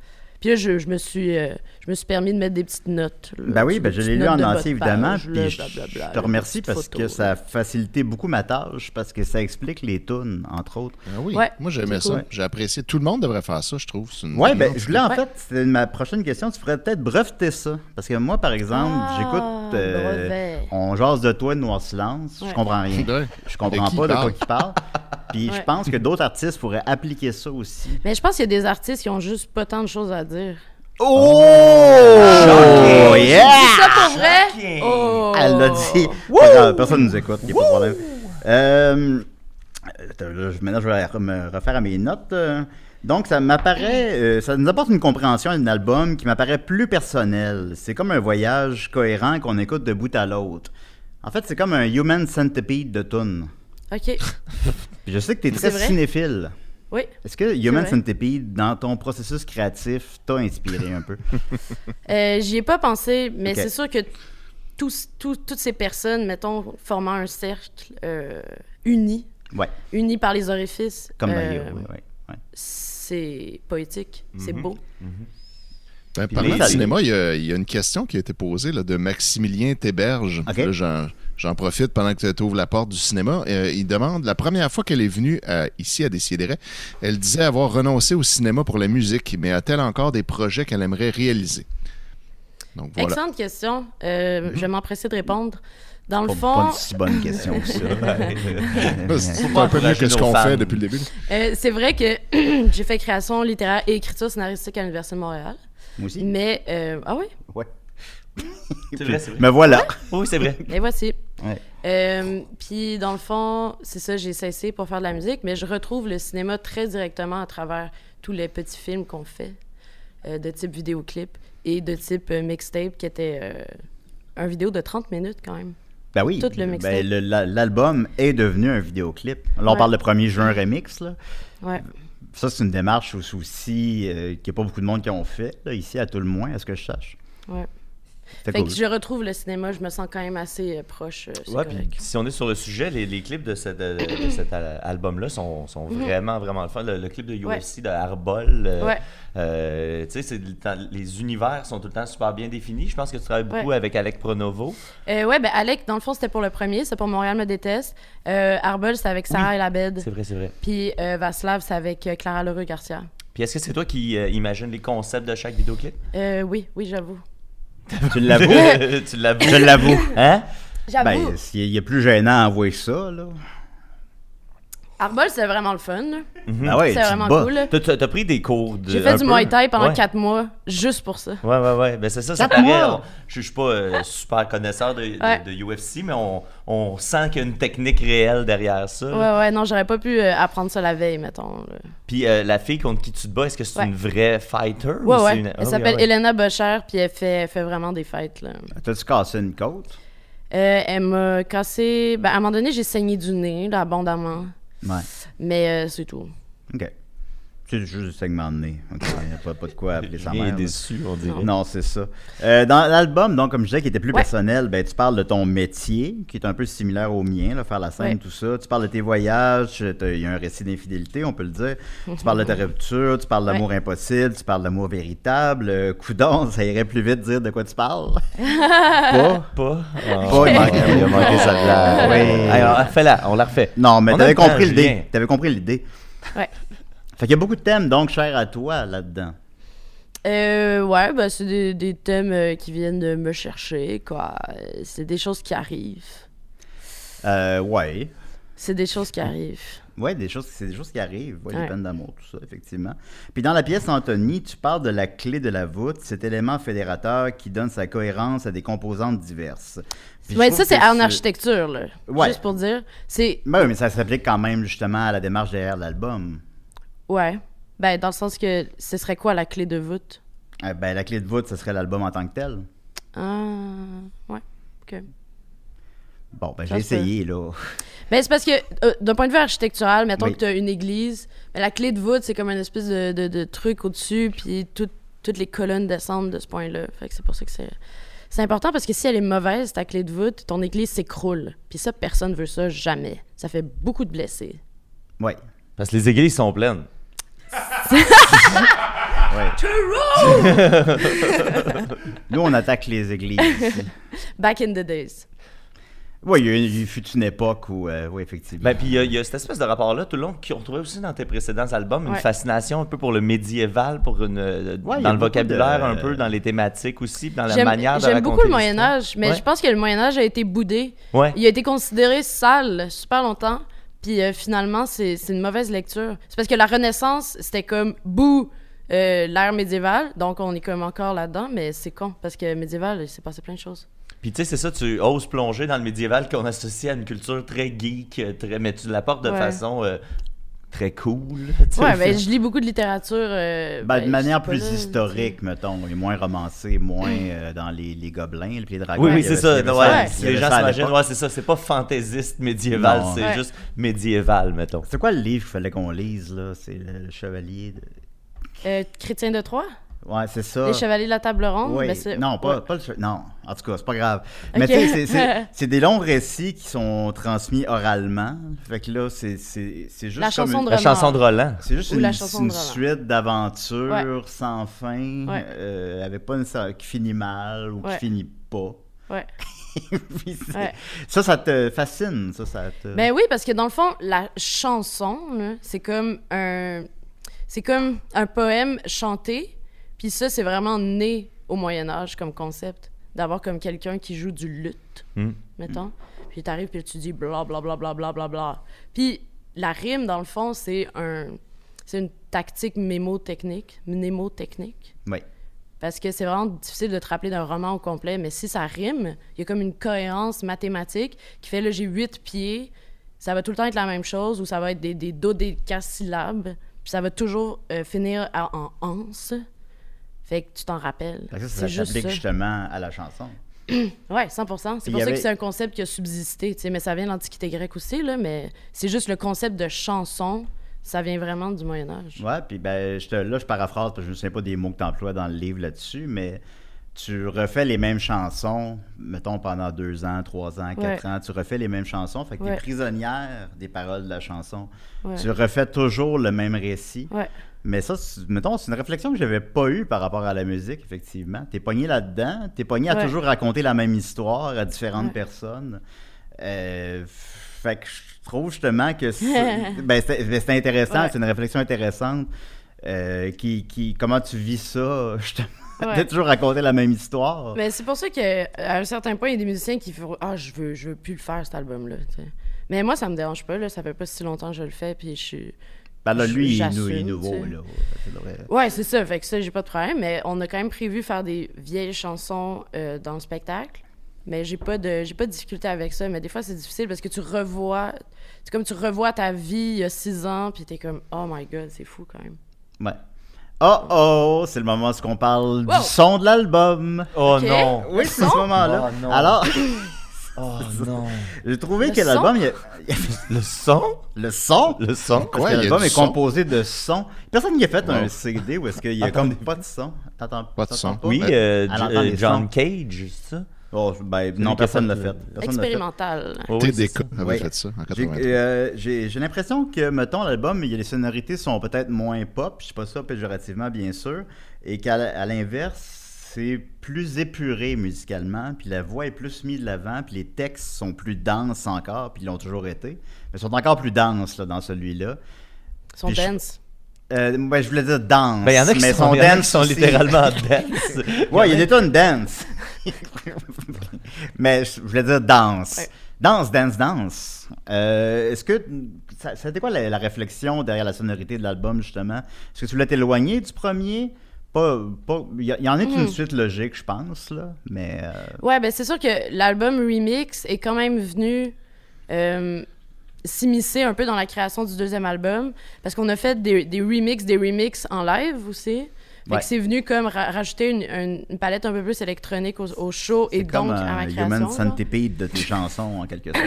Puis là, je, je me suis, euh, je me suis permis de mettre des petites notes. là,
Ben oui,
des
ben je
petites
l'ai lu
notes
en
de bas de
entier, évidemment.
page, là,
Puis je,
blablabla,
je
là,
te
des
remercie
petites
parce que
photos,
ça
là.
a facilité beaucoup ma tâche, parce que ça explique les tunes, entre autres.
Ah oui.
Ouais,
Moi, j'aimais
c'est
ça.
cool.
J'ai apprécié. Tout le monde devrait faire ça, je trouve. C'est une-
Ouais, ben, je voulais en
Ouais.
fait, c'était ma prochaine question, tu ferais peut-être breveter ça. Parce que moi, par exemple,
Ah,
j'écoute. euh,
brevet.
on jase de toi de Noir Silence, je
Ouais.
comprends rien.
Ouais.
Je
De
comprends
qui
pas
il
de
parle.
quoi qu'il parle. Puis je
Ouais.
pense que d'autres artistes pourraient appliquer ça aussi.
Mais je pense qu'il y a des artistes qui ont juste pas tant de choses à dire.
Oh, yeah!
Ça pour vrai? Oh!
Elle l'a dit. Personne- Personne nous écoute, il a pas de problème. Euh, attends, là, je- maintenant, je vais re- me refaire à mes notes. euh. Donc, ça m'apparaît, euh, ça nous apporte une compréhension d'un album qui m'apparaît plus personnel. C'est comme un voyage cohérent qu'on écoute de bout à l'autre. En fait, c'est comme un human centipede de tune.
OK.
Puis je sais que tu es
C'est
très
vrai?
cinéphile.
Oui.
Est-ce que Human
vrai.
Centipede, dans ton processus créatif, t'a inspiré un peu?
Euh, J'y ai pas pensé, mais
Ok.
c'est sûr que tous, tous- toutes ces personnes, mettons, formant un cercle euh, uni,
Ouais,
uni par les orifices,
comme
euh,
Mario. ouais, ouais, ouais.
c'est poétique, c'est beau.
Ben,
Puis
parlant
les-
de cinéma, il y, a, il y a une question qui a été posée là, de Maximilien Théberge.
Ok.
Là, J'en, j'en profite pendant que tu ouvres la porte du cinéma. Euh, il demande, la première fois qu'elle est venue à- ici à Décideret, elle disait avoir renoncé au cinéma pour la musique, mais a-t-elle encore des projets qu'elle aimerait réaliser? Donc voilà.
Excellente question. Euh, Je vais m'empresser de répondre. Dans le
Mhm. Pas,
fond,
pas une si bonne question que ça.
Ah, C'est un peu mieux que ce qu'on fait depuis le début.
euh, c'est vrai que j'ai fait création littéraire et écriture scénaristique à l'Université de Montréal.
Moi aussi.
Mais, euh, ah oui,
Ouais.
C'est vrai, c'est vrai.
Mais voilà.
Oui, c'est vrai.
et voici.
Ouais.
Euh, puis dans le fond, c'est ça, j'ai cessé pour faire de la musique, mais je retrouve le cinéma très directement à travers tous les petits films qu'on fait, euh, de type vidéoclip et de type euh, mixtape, qui était euh, un vidéo de 30 minutes quand même.
Ben oui.
Tout le mixtape.
Ben, le- la- l'album est devenu un vidéoclip. Là, on
Ouais.
parle de 1er juin remix. Là.
Ouais.
Ça, c'est une démarche au- aussi euh, qu'il n'y a pas beaucoup de monde qui ont fait, là, ici, à tout le moins, à ce que je sache.
Ouais.
Fait
Fait
cool.
que je retrouve le cinéma, je me sens quand même assez euh, proche. euh, c'est
Ouais, puis
correct.
si on est sur le sujet, les, les clips de, ce- de- de cet al- album-là sont, sont vraiment, vraiment le fun. Le, le clip de UFC
Mhm. Ouais.
de Arbol, euh,
Ouais.
euh, tu sais, c'est le temps- les univers sont tout le temps super bien définis. Je pense que tu travailles beaucoup
Ouais.
avec Alec Pronovo.
Euh, ouais, ben Alec, dans le fond, c'était pour le premier, c'est pour Montréal me déteste. Euh, Arbol, c'était avec Sarah et la
C'est vrai, c'est vrai.
Puis euh, Vaslav, c'est avec euh, Clara Lheureux Garcia.
Puis est-ce que c'est toi qui euh, imagine les concepts de chaque vidéoclip?
Euh, oui, oui, j'avoue.
Tu l'avoues?
tu l'avoues?
je l'avoue.
Hein?
J'avoue.
Ben, s'il y a plus gênant à envoyer ça, là.
Mhm.
Arbol, c'est vraiment le fun. là.
Ah ouais,
c'est
tu te
vraiment
bats.
cool. là.
T'as- T'as t'as pris des cours de.
J'ai fait
un
du
peu?
Muay Thai pendant
Ouais.
4 mois juste pour ça.
Ouais, ouais, ouais. Ben, c'est ça, ça
Quatre
paraît.
mois.
on- je je suis pas euh, super connaisseur de, de-
Ouais.
de UFC, mais on, on sent qu'il y a une technique réelle derrière ça.
Ouais,
là.
ouais, non, j'aurais pas pu euh, apprendre ça la veille, mettons. là.
Puis euh, la fille contre qui tu te bats, est-ce que c'est
Ouais.
une vraie fighter? ou
Ouais,
c'est
ouais.
une- Ah
Elle
oui,
s'appelle
ah ouais.
Elena Bocher, puis elle fait, elle fait vraiment des fêtes. Là.
T'as-tu cassé une côte?
Euh, elle m'a cassé. Ben, à un moment donné, j'ai saigné du nez, là, abondamment.
Ouais.
Mais euh, c'est tout.
OK. C'est juste du segment de nez. Ok, y a pas, pas de quoi appeler sa
Rien
mère.
est
là.
déçu, on dirait.
Non, c'est ça. Euh, dans l'album, donc, comme je disais, qui était plus
Ouais.
personnel, ben, tu parles de ton métier, qui est un peu similaire au mien, là, faire la scène,
Ouais.
tout ça. Tu parles de tes voyages, euh, t'as- il y a un récit d'infidélité, on peut le dire. Tu parles de ta rupture, tu parles d'amour impossible, tu parles d'amour véritable. Euh, Coudon, ça irait plus vite dire de quoi tu parles. Pas.
Pas.
Pas, il manque- il a manqué ça de là. Oui.
Alors, fais-la, on la refait.
Non, mais
On a
t'avais
le temps,
compris
Julien.
l'idée. T'avais compris l'idée.
Ouais.
Fait qu'il y a beaucoup de thèmes, donc, chers à toi, là-dedans.
Euh, ouais, bah, c'est des, des thèmes euh, qui viennent de me chercher, quoi. Euh, C'est des choses qui arrivent.
Euh, ouais.
C'est des choses qui arrivent.
Oui, des choses, c'est des choses qui arrivent, ouais, les
Ouais.
peines d'amour, tout ça, effectivement. Puis dans la pièce, Anthony, tu parles de la clé de la voûte, cet élément fédérateur qui donne sa cohérence à des composantes diverses. Puis je
Ouais,
trouve
ça,
que
c'est en architecture, là.
Ouais.
Juste pour dire. C'est.
Ben oui, mais ça s'applique quand même justement à la démarche derrière l'album.
Ouais. Ben, dans le sens que ce serait quoi la clé de voûte?
Euh, ben, la clé de voûte, ce serait l'album en tant que tel.
Ah. Ouais. OK.
Bon, ben
Ça
j'ai
se peut.
essayé, là.
Ben, c'est parce que, euh, d'un point de vue architectural, mettons
Oui.
que tu as une église, ben, la clé de voûte, c'est comme une espèce de, de- de truc au-dessus, puis tout- toutes les colonnes descendent de ce point-là. Fait que c'est pour ça que c'est. C'est important parce que si elle est mauvaise, ta clé de voûte, ton église s'écroule. Puis ça, personne veut ça jamais. Ça fait beaucoup de blessés.
Oui.
Parce que les églises sont pleines.
Nous, on attaque les églises.
Back in the days.
oui, il y a une- il fut une époque où, euh, oui, effectivement.
Ben, puis il y a- il y, a cette espèce de rapport-là tout le long qu'on trouvait aussi dans tes précédents albums, une
Ouais.
fascination un peu pour le médiéval, pour une, euh, dans
Ouais, il y a
le
beaucoup
vocabulaire
de-
un peu, dans les thématiques aussi, dans Ah, la
J'aime
manière de
j'aime beaucoup
raconter
le
l'histoire.
Moyen-Âge, mais
Ouais.
je pense que le Moyen-Âge a été boudé.
Ouais.
Il a été considéré sale super longtemps. Puis euh, finalement, c'est c'est une mauvaise lecture. C'est parce que la Renaissance, c'était comme bouh, euh, l'ère médiévale. Donc on est comme encore là-dedans, mais c'est con. Parce que médiéval, il s'est passé plein de choses.
Puis tu sais, c'est ça, tu oses plonger dans le médiéval qu'on associe à une culture très geek, euh, très, mais tu l'apportes de
Ouais.
façon euh, très cool. tu sais,
Ouais,
le
ben
fait-
je lis beaucoup de littérature. euh,
Ben,
ben,
de manière
je sais
plus
Mm. pas, là,
historique, mettons, et moins romancée, moins euh, dans les, les gobelins, puis les dragons.
Oui,
Il
oui,
y
c'est
avait- il
ça.
y avait
ouais,
ça- il y
les
avait
gens
ça à
s'imaginent,
l'époque.
ouais, c'est ça. C'est pas fantaisiste médiéval,
Non.
c'est
Ouais.
juste médiéval, mettons.
C'est quoi le livre qu'il fallait qu'on lise, là? C'est le, le Chevalier de...
c'est- euh, Chrétien de Troyes,
Ouais, c'est ça.
les Chevaliers de la Table Ronde.
Ah. Oui.
ben, c'est-
non, pas,
ouais.
pas le Chevalier... Non, en tout cas, c'est pas grave.
Ok.
Mais tu sais, c'est- c'est- c'est des longs récits qui sont transmis oralement. Fait que là, c'est c'est- c'est juste
La
comme
chanson
une-
de
La chanson de Roland.
C'est juste
Ou
une,
la chanson
une
de Roland.
suite d'aventures sans fin,
Ouais.
euh, avec pas nécessairement qui finit mal ou qui
Ouais.
finit pas.
Ouais.
Puis c'est-
Ouais.
Ça, ça te fascine, ça, ça te...
Ben oui, parce que dans le fond, la chanson, là, c'est comme un, c'est comme un poème chanté. Puis ça, c'est vraiment né au Moyen Âge comme concept, d'avoir comme quelqu'un qui joue du luth,
Mm.
mettons. Puis t'arrives puis tu dis bla bla bla bla bla bla bla. Puis la rime, dans le fond, c'est un, c'est une tactique mémotechnique, mnémotechnique.
Oui.
Parce que c'est vraiment difficile de te rappeler d'un roman au complet, mais si ça rime, il y a comme une cohérence mathématique qui fait là, j'ai huit pieds, ça va tout le temps être la même chose, ou ça va être des, des dodécasyllabes, puis ça va toujours euh, finir à- en anse. Fait que tu t'en rappelles.
Fait que Ben, Ça,
C'est
ça
juste
s'applique
ça.
justement à la chanson.
Ouais, 100 C'est
Il
pour
y
ça
avait-
que c'est un concept qui a subsisté, tu sais, mais ça vient de l'Antiquité grecque aussi, là, mais c'est juste le concept de chanson, ça vient vraiment du Moyen-Âge.
Ouais, puis ben, je te- là, je paraphrase parce que je ne sais pas des mots que tu emploies dans le livre là-dessus, mais tu refais les mêmes chansons, mettons pendant deux ans, trois ans, quatre
Ouais.
ans, tu refais les mêmes chansons, fait que tu es
Ouais.
prisonnière des paroles de la chanson.
Ouais.
Tu refais toujours le même récit.
Ouais.
Mais ça, c'est- mettons, c'est une réflexion que j'avais pas eue par rapport à la musique, effectivement. T'es pogné là-dedans, t'es pogné à
Ouais.
toujours raconter la même histoire à différentes
Ouais.
personnes. Euh, fait que je trouve justement que c'est ben, c'est- ben, c'est intéressant,
Ouais.
c'est une réflexion intéressante. euh, qui, qui, comment tu vis ça, justement?
Ouais.
de toujours raconter la même histoire.
Mais c'est pour ça qu'à un certain point, il y a des musiciens qui font Ah, je veux, je veux plus le faire, cet album-là. tu sais. Mais moi, ça me dérange pas, là. Ça fait pas si longtemps que je le fais, puis je suis.
Ben là,
je-
lui, il, est nou-
j'assume,
il est nouveau,
tu sais.
là. C'est vrai.
Ouais, c'est ça. Fait que ça, j'ai pas de problème. Mais on a quand même prévu faire des vieilles chansons euh, dans le spectacle. Mais j'ai pas de j'ai pas de difficulté avec ça. Mais des fois, c'est difficile parce que tu revois. C'est comme tu revois ta vie il y a six ans, puis t'es comme Oh my god, c'est fou quand même.
Ouais. Oh oh, c'est le moment où on parle
Wow.
du son de l'album.
Oh
Ok.
non!
Oui, c'est ce moment-là.
Oh, non.
Alors,
Oh non.
J'ai trouvé
Le
que
son?
l'album, il y a- il y a-
Le son?
le son,
Le son?
parce que
Ouais, il y a
l'album
du
est
son.
composé de sons. Personne n'y a fait
Wow.
un CD où est-ce qu'il y a comme pas de son. T'entends
Pas de
t'entends
son.
Oui, euh,
Elle
J-
entend
euh,
les
John
sons.
Cage, c'est ça?
Oh, ben,
qui
non,
a
personne
fait
l'a
le-
fait. Personne l'a fait.
Expérimental.
Oh, oui, c'est
TDK
ça.
avait
Ouais.
fait Ah, ça en
J'ai
83.
euh, j'ai- j'ai l'impression que, mettons, l'album, il y a les sonorités sont peut-être moins pop, je sais pas ça péjorativement, bien sûr, et qu'à l- à l'inverse, c'est plus épuré musicalement, puis la voix est plus mise de l'avant, puis les textes sont plus denses encore, puis ils l'ont toujours été, mais sont encore plus denses là, dans celui-là.
Son
Puis je-
dance.
Euh, ben, je voulais dire danse,
Ben, il y en a qui
mais
sont,
son
y en a qui
dance
sont
aussi.
littéralement dance.
Ouais, il y a des tonnes dance. Mais je voulais dire danse.
Ouais.
Danse, dance, danse. Euh, Est-ce que. ça- C'était quoi la, la réflexion derrière la sonorité de l'album, justement Est-ce que tu voulais t'éloigner du premier pas, pas- il y, a- il y en a une
Mm.
suite logique, je pense, là. Mais. euh,
Ouais, ben c'est sûr que l'album Remix est quand même venu euh, s'immiscer un peu dans la création du deuxième album parce qu'on a fait des, des remixes, des remixes en live aussi. Fait
Ouais.
que c'est venu comme ra- rajouter une, une- une palette un peu plus électronique au, au show et
c'est
donc
comme
à ma
un
création.
Human
genre.
Centipede de tes chansons, en quelque sorte.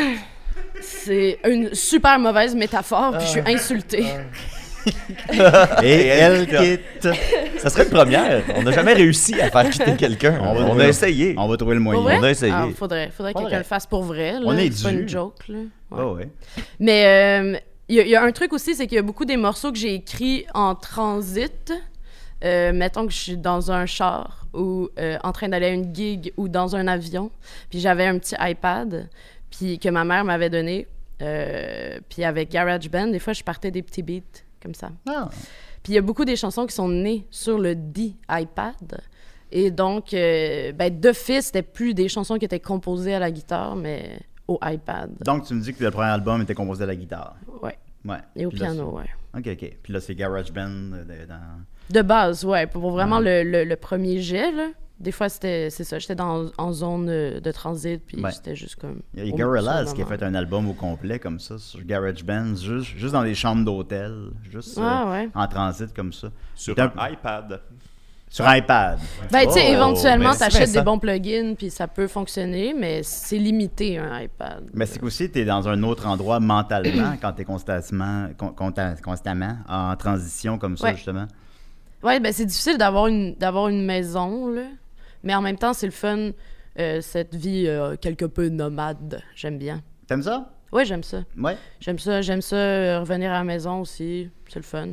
C'est une super mauvaise métaphore, puis je suis insultée.
Ah. Et elle
elle
quitte.
Ça serait une première. On n'a jamais réussi à faire quitter quelqu'un.
On va
On, a
trouver-
essayé.
On va trouver le moyen.
Pour vrai?
on a essayé.
Ah, faudrait, faudrait que
Faudrait.
quelqu'un le fasse pour vrai. Là.
On est
C'est pas
dû.
une joke. Là. Ouais.
Ah ouais.
Mais euh, il y, a- il y a un truc aussi, c'est qu'il y a beaucoup des morceaux que j'ai écrits en transit. Euh, mettons que je suis dans un char ou euh, en train d'aller à une gig ou dans un avion. Puis j'avais un petit iPad puis que ma mère m'avait donné. Euh, puis avec GarageBand, des fois, je partais des petits beats comme ça.
Ah.
Puis il y a beaucoup des chansons qui sont nées sur le dit iPad. Et donc, euh, ben, d'office, c'était plus des chansons qui étaient composées à la guitare, mais au iPad.
Donc, tu me dis que le premier album était composé à la guitare.
Ouais.
Ouais.
Et au
Puis là,
piano, ouais.
Ok, ok. Puis là, c'est GarageBand euh, de- dans.
De base, ouais. Pour pour vraiment
Mhm.
le, le- le premier jet, là. Des fois, c'était, c'est ça. J'étais dans, en zone euh, de transit, puis
Ouais.
c'était juste comme.
Il y a
au-
Gorillaz
sur le
qui a
moment.
fait un album au complet comme ça, sur GarageBand, juste, juste dans les chambres d'hôtel, juste
Ah,
euh,
ouais.
en transit comme ça.
Sur
C'est un-
un iPad.
Sur iPad.
Ben, tu sais,
Oh,
éventuellement,
merci,
t'achètes
Vincent.
des bons plugins, puis ça peut fonctionner, mais c'est limité, un iPad.
Mais c'est qu'aussi, tu es dans un autre endroit mentalement quand tu es constamment, con- conta- constamment en transition comme ça,
Ouais.
justement.
Ouais, ben c'est difficile d'avoir une d'avoir une maison là, mais en même temps c'est le fun euh, cette vie euh, quelque peu nomade. J'aime bien.
T'aimes ça?
Ouais, j'aime ça.
Ouais.
J'aime ça. J'aime ça euh, revenir à la maison aussi. C'est le fun.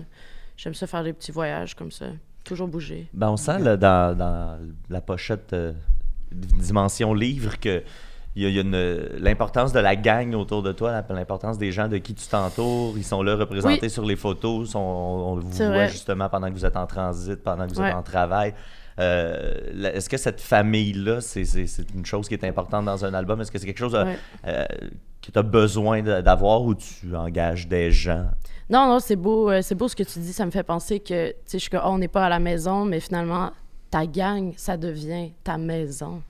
J'aime ça faire des petits voyages comme ça. Toujours bouger.
Ben, on sent là, dans, dans la pochette euh, dimension livre que il y a, il y a une- l'importance de la gang autour de toi, la- l'importance des gens de qui tu t'entoures. Ils sont là représentés
Oui.
sur les photos. sont- on, on vous
C'est
voit
vrai.
justement pendant que vous êtes en transit, pendant que vous
Ouais.
êtes en travail. Euh, la- Est-ce que cette famille-là, c'est c'est- c'est une chose qui est importante dans un album? Est-ce que c'est quelque chose euh,
Ouais.
euh, que tu as besoin de- d'avoir ou tu engages des gens?
Non, non, c'est beau, euh, c'est beau ce que tu dis. Ça me fait penser que, tu sais, je suis comme, Ah, on n'est pas à la maison, mais finalement, ta gang, ça devient ta maison.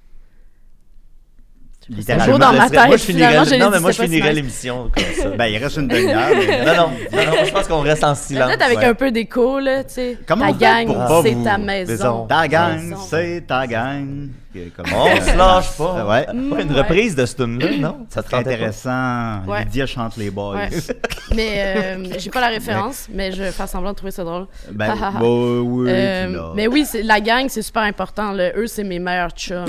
Littéralement.
jour dans ma
laisserais- moi,
tête,
Ah, je finirais,
finalement, je
non,
l'ai
mais
dit,
moi,
c'est
je
pas si
finirais
nice.
l'émission comme ça.
Ben, il reste une demi-heure. mais-
Non, non, non, non, je pense qu'on reste en silence.
Peut-être avec
ouais.
un peu d'écho, là, tu sais.
Comment
Ta
on fait
gang,
pour pas
c'est
vous-
ta
maison?
maison.
Ta gang,
Maison.
c'est ta gang. Que- comme- Euh,
On se lâche pas.
Ouais.
Pas une
Mm. ouais.
reprise de ce tune-là, non?
Ça
te
serait
tentait pas?
intéressant.
Ouais.
Lydia chante les boys.
Ouais. Mais euh, j'ai pas la référence, mais je vais faire semblant de trouver ça drôle.
Ben,
Ha, ha, ha.
bah, oui,
Euh,
tu l'as.
mais oui, c'est- la gang, c'est super important. là. Eux, c'est mes meilleurs chums.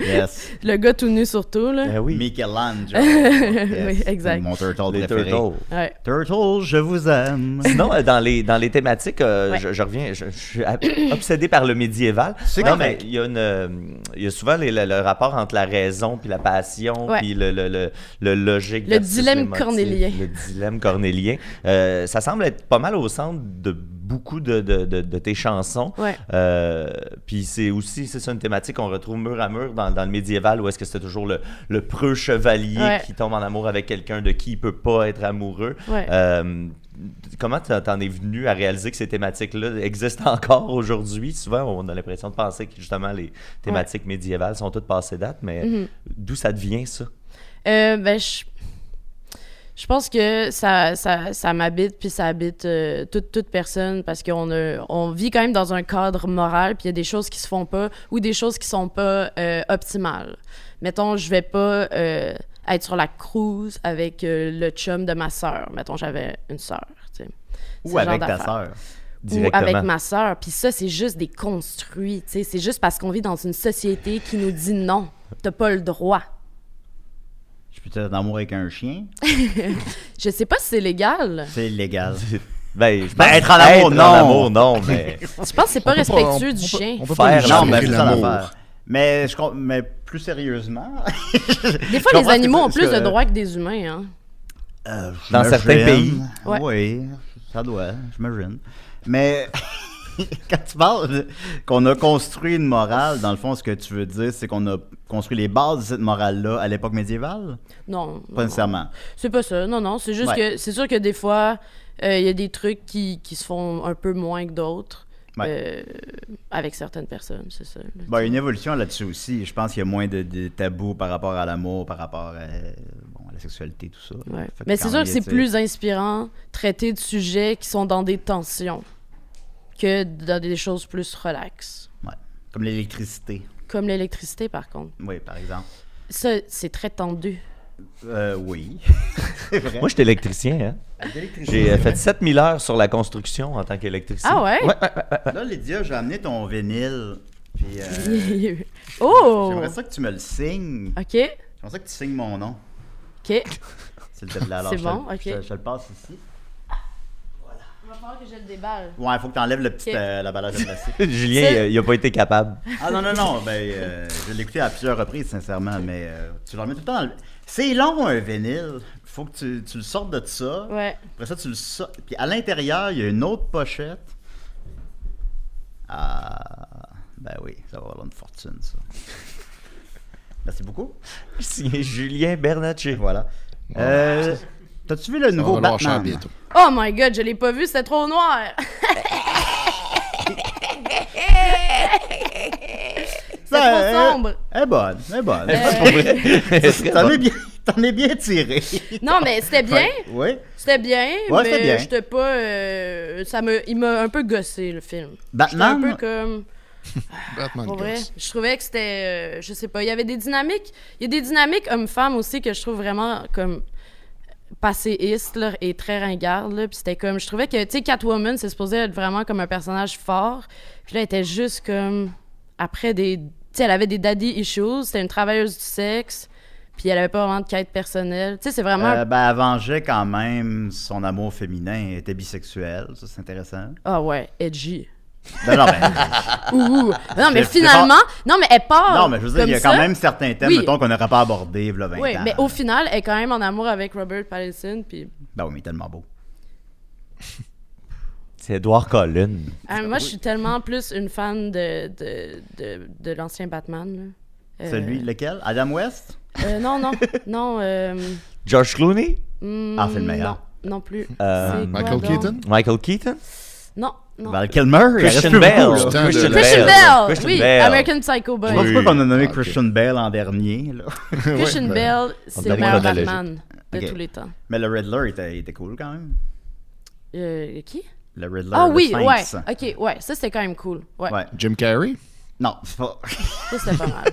Yes.
Le gars tout nu, surtout. Là.
Ben oui.
Michelangelo.
Oui, exact.
Mon turtle
les
préféré.
Turtles.
Ouais.
Turtle, je vous aime.
Sinon, euh, dans les, dans les thématiques, euh,
Ouais.
je, je reviens, je, je suis ab- obsédé par le médiéval.
C'est
non, mais
correct.
il y a, une, euh, il y a souvent les- le, le rapport entre la raison puis la passion,
Ouais.
puis le, le, le, le logique.
Le
versus
dilemme
l'émotif,
cornélien.
Le dilemme cornélien. Euh, ça semble être pas mal au centre de beaucoup de, de, de, de tes chansons.
Ouais.
Euh, puis c'est aussi, c'est ça, une thématique qu'on retrouve mur à mur dans, dans le médiéval, où est-ce que c'est toujours le, le preux chevalier
Ouais.
qui tombe en amour avec quelqu'un de qui il peut pas être amoureux.
Ouais.
Euh, comment t'en t'en es venu à réaliser que ces thématiques-là existent encore aujourd'hui? Souvent, on a l'impression de penser que justement les thématiques médiévales
Mm-hmm.
sont toutes passées date, mais
Mhm.
d'où ça devient ça?
Euh, ben, je... je Je pense que ça, ça, ça m'habite, puis ça habite euh, toute, toute personne, parce qu'on a- on vit quand même dans un cadre moral, puis il y a des choses qui se font pas ou des choses qui sont pas euh, optimales. Mettons, je vais pas euh, être sur la cruise avec euh, le chum de ma sœur. Mettons, j'avais une sœur, tu sais. Ce
Ou
genre
avec ta
d'affaires
sœur.
ou
directement.
avec ma sœur. Puis ça, c'est juste des construits. tu sais. C'est juste parce qu'on vit dans une société qui nous dit non, t'as pas le droit.
Je peux être en amour avec un chien.
Je sais pas si c'est légal.
C'est illégal.
Ben, je
Ben,
pense-
être en amour,
être
non.
en amour, non, mais
Je pense que c'est pas
On peut on-
respectueux
on
du
peut-
chien.
On peut
Faire
pas les
non,
gens
mais
gérer
c'est ça
l'amour.
l'affaire. Mais, je, com- mais plus sérieusement.
Des fois,
je
les
comprends ce que
animaux
tu-
ont
ce
plus de
que-
droits que des humains. Hein.
Euh,
Dans
j'imagine.
certains pays.
Ouais.
Oui, ça doit, j'imagine. Mais quand tu parles de- qu'on a construit une morale, dans le fond, ce que tu veux dire, c'est qu'on a construit les bases de cette morale-là à l'époque médiévale?
Non.
Pas
non, non.
nécessairement.
C'est pas ça. Non, non. C'est juste
Ouais.
que c'est sûr que des fois, euh, il y a des trucs qui, qui se font un peu moins que d'autres.
Ouais.
euh, avec certaines personnes, c'est ça. là, tu
Bon,
sais.
une évolution là-dessus aussi. Je pense qu'il y a moins de, de tabous par rapport à l'amour, par rapport à, bon, à la sexualité, tout ça.
Ouais.
Fait
Mais
quand
c'est sûr
il
que
y a,
c'est
tu sais-
plus inspirant traiter de sujets qui sont dans des tensions que dans des choses plus relaxes.
Ouais. Comme l'électricité,
Comme l'électricité, par contre.
oui, par exemple.
Ça, c'est très tendu.
Euh, oui. c'est vrai.
moi, je suis électricien. Hein. J'ai euh, fait 7000 heures sur la construction en tant qu'électricien.
Ah ouais?
Là, Lydia, j'ai amené ton vinyle. Puis, euh,
oh!
j'aimerais ça que tu me le signes.
OK,
J'aimerais ça que tu signes mon nom.
OK.
S'il te plaît. Alors,
C'est
je
bon,
te,
ok.
Je, te- je te le passe ici.
Il va falloir que je le déballe.
Ouais, il faut que tu enlèves le petit
Ok.
euh, l'emballage de plastique.
Julien,
C'est-
euh, il n'a pas été capable.
Ah non, non, non. Ben, euh, je l'ai écouté à plusieurs reprises, sincèrement, mais euh, tu le remets tout le temps dans le... C'est long, un vinyle. faut que tu, tu le sortes de ça.
Ouais.
Après ça, tu le sors. Puis à l'intérieur, il y a une autre pochette. Ah. Ben oui, ça va valoir une fortune, ça. Merci beaucoup.
Signé Julien Bernatchez.
Voilà. Euh, T'as-tu vu le
Ça va
nouveau
valoir cher
Batman?
bientôt.
Oh my god, je l'ai pas vu, c'était trop noir! c'est trop
Ça,
sombre!
Elle est Eh bonne, elle est
Eh,
bonne. T'en
Est-ce
es bien, t'en es bien tiré.
Non, mais c'était bien!
Oui.
C'était bien,
Ouais, c'était bien.
mais j'étais pas. euh, ça me, il m'a un peu gossé le film.
Batman?
J'étais un peu comme.
Batman
Pour vrai,
Girls.
je trouvais que c'était. euh, je sais pas. Il y avait des dynamiques. Il y a des dynamiques hommes-femmes aussi que je trouve vraiment comme passéistes là, et très ringardes. là. Puis c'était comme. Je trouvais que, tu sais, Catwoman, c'est supposé être vraiment comme un personnage fort. Puis là, elle était juste comme. Après des. Tu sais, elle avait des daddy issues. C'était une travailleuse du sexe. Puis elle avait pas vraiment de quête personnelle. Tu sais, c'est vraiment.
Euh, ben, elle vengeait quand même son amour féminin. Elle était bisexuelle, ça c'est intéressant.
Ah ouais, edgy.
Ben, non, ben,
Ouh. Non,
C'est-
mais
c'est
finalement, non, mais elle part.
non, mais je veux dire, il y a
comme
quand
ça.
même certains thèmes,
Oui.
mettons, qu'on n'aurait pas abordés, il y a 20
Oui,
ans.
mais au final, elle est quand même en amour avec Robert Pattinson, puis
Ben oui, mais il est tellement beau.
C'est Edouard Collin.
Ah, moi, je suis tellement plus une fan de, de, de, de l'ancien Batman. là. Euh,
Celui, lequel? Adam West?
euh, Non, non, non. euh,
George Clooney?
hmm,
Ah, c'est le meilleur.
Non, non plus.
Euh,
C'est quoi
Michael
donc?
Keaton?
Michael Keaton?
Non, non.
Val Kilmer? il reste
Christian
plus
Bale.
beaucoup, là.
Putain,
Christian
de-
Christian
Bale.
Bell!
Christian
oui,
Bale.
American Psycho Boy.
Je pense pas qu'on a nommé
Ah, ok.
Christian Bale en dernier, là.
Christian
Ouais, ben,
Bell, c'est
devrait
le meilleur
chronologique.
Batman de
Ok.
tous les temps.
Mais le Riddler, il était, il était cool quand même.
Euh, qui?
Le Riddler,
Ah
le
oui, ouais.
Sphinx.
Ok, ouais. Ça, c'était quand même cool. Ouais.
Ouais.
Jim Carrey?
Non, c'est pas...
Ça, c'était pas mal.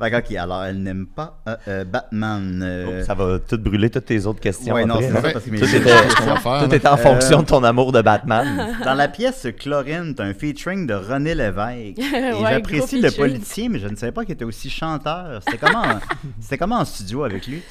Fait que, ok, alors elle n'aime pas euh, euh, Batman. euh,
Oh, Ça va tout brûler toutes tes autres questions.
Ouais, non,
après,
c'est pas
hein.
ça parce que mes-
Tout était-
C'est ce qu'on va faire.
Tout
là.
est en fonction de ton amour de Batman.
Dans la pièce Chlorine, t'as un featuring de René Lévesque. Et
Ouais,
j'apprécie
gros
le
featuring.
politicien, mais je ne savais pas qu'il était aussi chanteur. C'était comment, c'était comment en studio avec lui?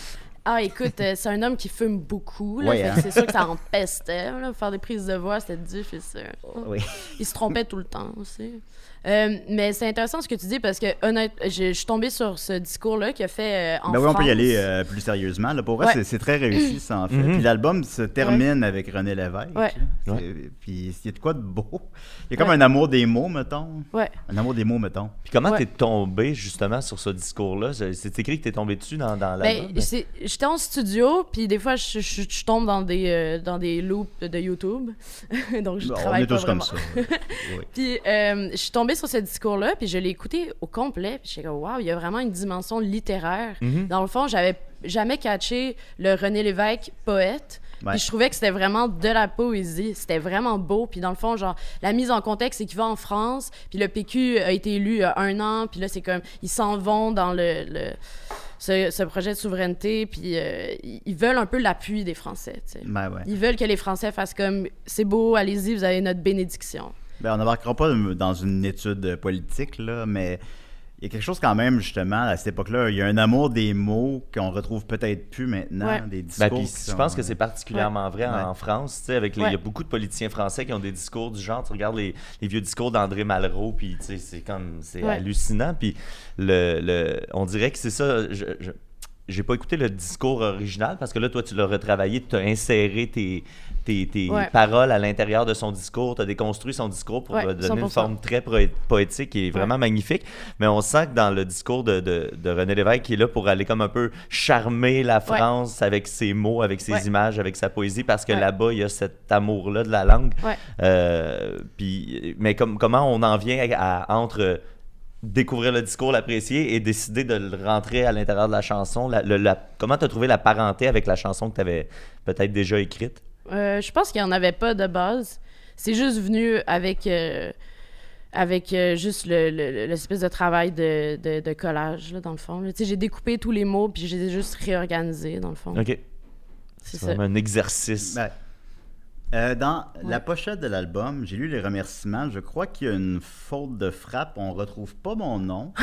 Ah, écoute, euh, c'est un homme qui fume beaucoup. Là,
Ouais,
fait que
hein.
C'est sûr que ça empestait. Là, faire des prises de voix, c'était difficile.
Oui.
Il se trompait tout le temps aussi. Euh, mais c'est intéressant ce que tu dis parce que honnêtement, je je suis tombée sur ce discours-là qui a fait euh, en
Ben oui, on peut y
France.
aller euh, plus sérieusement. Là, pour vrai,
Ouais.
c'est, c'est très réussi, ça, en fait.
Mhm.
Puis l'album se termine avec René Lévesque.
Ouais.
C'est-
Ouais.
Puis il y a de quoi de beau. Il y a comme
Ouais.
un amour des mots, mettons.
Ouais.
Un amour des mots, mettons.
Puis comment
Ouais.
t'es tombé justement sur ce discours-là? C'est- C'est écrit que t'es tombé dessus dans, dans la.
Ben, c'est- j'étais en studio, puis des fois, je, je- je tombe dans des, euh, dans des loops de YouTube. Donc, je
Bon, on
travaille
est
pas
tous comme
vraiment.
ça.
Puis, euh, je suis tombée tombée sur ce discours-là, puis je l'ai écouté au complet, puis j'ai dit, waouh, il y a vraiment une dimension littéraire.
Mhm.
Dans le fond, j'avais jamais catché le René Lévesque poète.
Ouais.
Puis je trouvais que c'était vraiment de la poésie. C'était vraiment beau. Puis dans le fond, genre, la mise en contexte, c'est qu'il va en France, puis le PQ a été élu il y a un an, puis là, c'est comme, ils s'en vont dans le- le ce, ce projet de souveraineté, puis euh, ils ils veulent un peu l'appui des Français. tu sais.
Ben ouais.
Ils veulent que les Français fassent comme c'est beau, allez-y, vous avez notre bénédiction.
Ben, on n'embarquera pas dans une étude politique, là, mais il y a quelque chose quand même, justement, à cette époque-là. Il y a un amour des mots qu'on retrouve peut-être plus maintenant,
Ouais.
des discours.
Ben, puis
qui
je
sont,
pense que
euh,
c'est particulièrement vrai en
Ouais.
France, tu sais, avec les- il y
Ouais.
a beaucoup de politiciens français qui ont des discours du genre, tu regardes les, les vieux discours d'André Malraux, puis tu sais, c'est comme, c'est
Ouais.
hallucinant, puis le, le- on dirait que c'est ça, je, je- j'ai pas écouté le discours original, parce que là, toi, tu l'as retravaillé, tu as inséré tes, tes, tes
Ouais.
paroles à l'intérieur de son discours, tu as déconstruit son discours pour
Ouais,
euh, donner une
100%.
forme très proé- poétique et vraiment magnifique, mais on sent que dans le discours de, de, de René Lévesque, qui est là pour aller comme un peu charmer la
Ouais.
France avec ses mots, avec ses
Ouais.
images, avec sa poésie, parce que
Ouais.
là-bas, il y a cet amour-là de la langue.
Ouais.
Euh, puis, mais comme, comment on en vient à, à- entre découvrir le discours, l'apprécier et décider de le rentrer à l'intérieur de la chanson? La, le- la- comment tu as trouvé la parenté avec la chanson que tu avais peut-être déjà écrite?
Euh, je pense qu'il n'y en avait pas de base. C'est juste venu avec, euh, avec euh, juste le- le- l'espèce de travail de, de- de collage, là, dans le fond. là. Tu sais, J'ai découpé tous les mots, puis je les ai juste réorganisés, dans le fond.
OK.
C'est
C'est
ça.
vraiment un exercice.
Ouais. ben, Euh, dans la
Ouais.
pochette de l'album, j'ai lu les remerciements. Je crois qu'il y a une faute de frappe. On retrouve pas mon nom.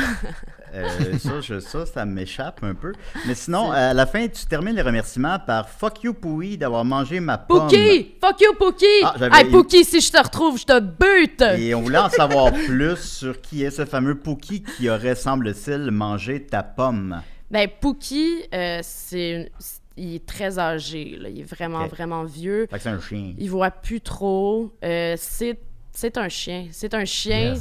Euh, ça, je- ça, ça m'échappe un peu. Mais sinon,
C'est-
à la fin, tu termines les remerciements par Fuck you, Pouy, d'avoir mangé ma pomme.
Pookie! Fuck you, Pookie!
Ah, j'avais-
hey, Pookie, si je te retrouve, je te bute!
Et on voulait en savoir plus sur qui est ce fameux Pookie qui aurait, semble-t-il, mangé ta pomme.
Ben, Pookie, euh, c'est une- c'est- il est très âgé. là. Il est vraiment,
Ok.
vraiment vieux.
Fait que c'est un chien.
Il voit plus trop. Euh, c'est c'est un chien. C'est un chien.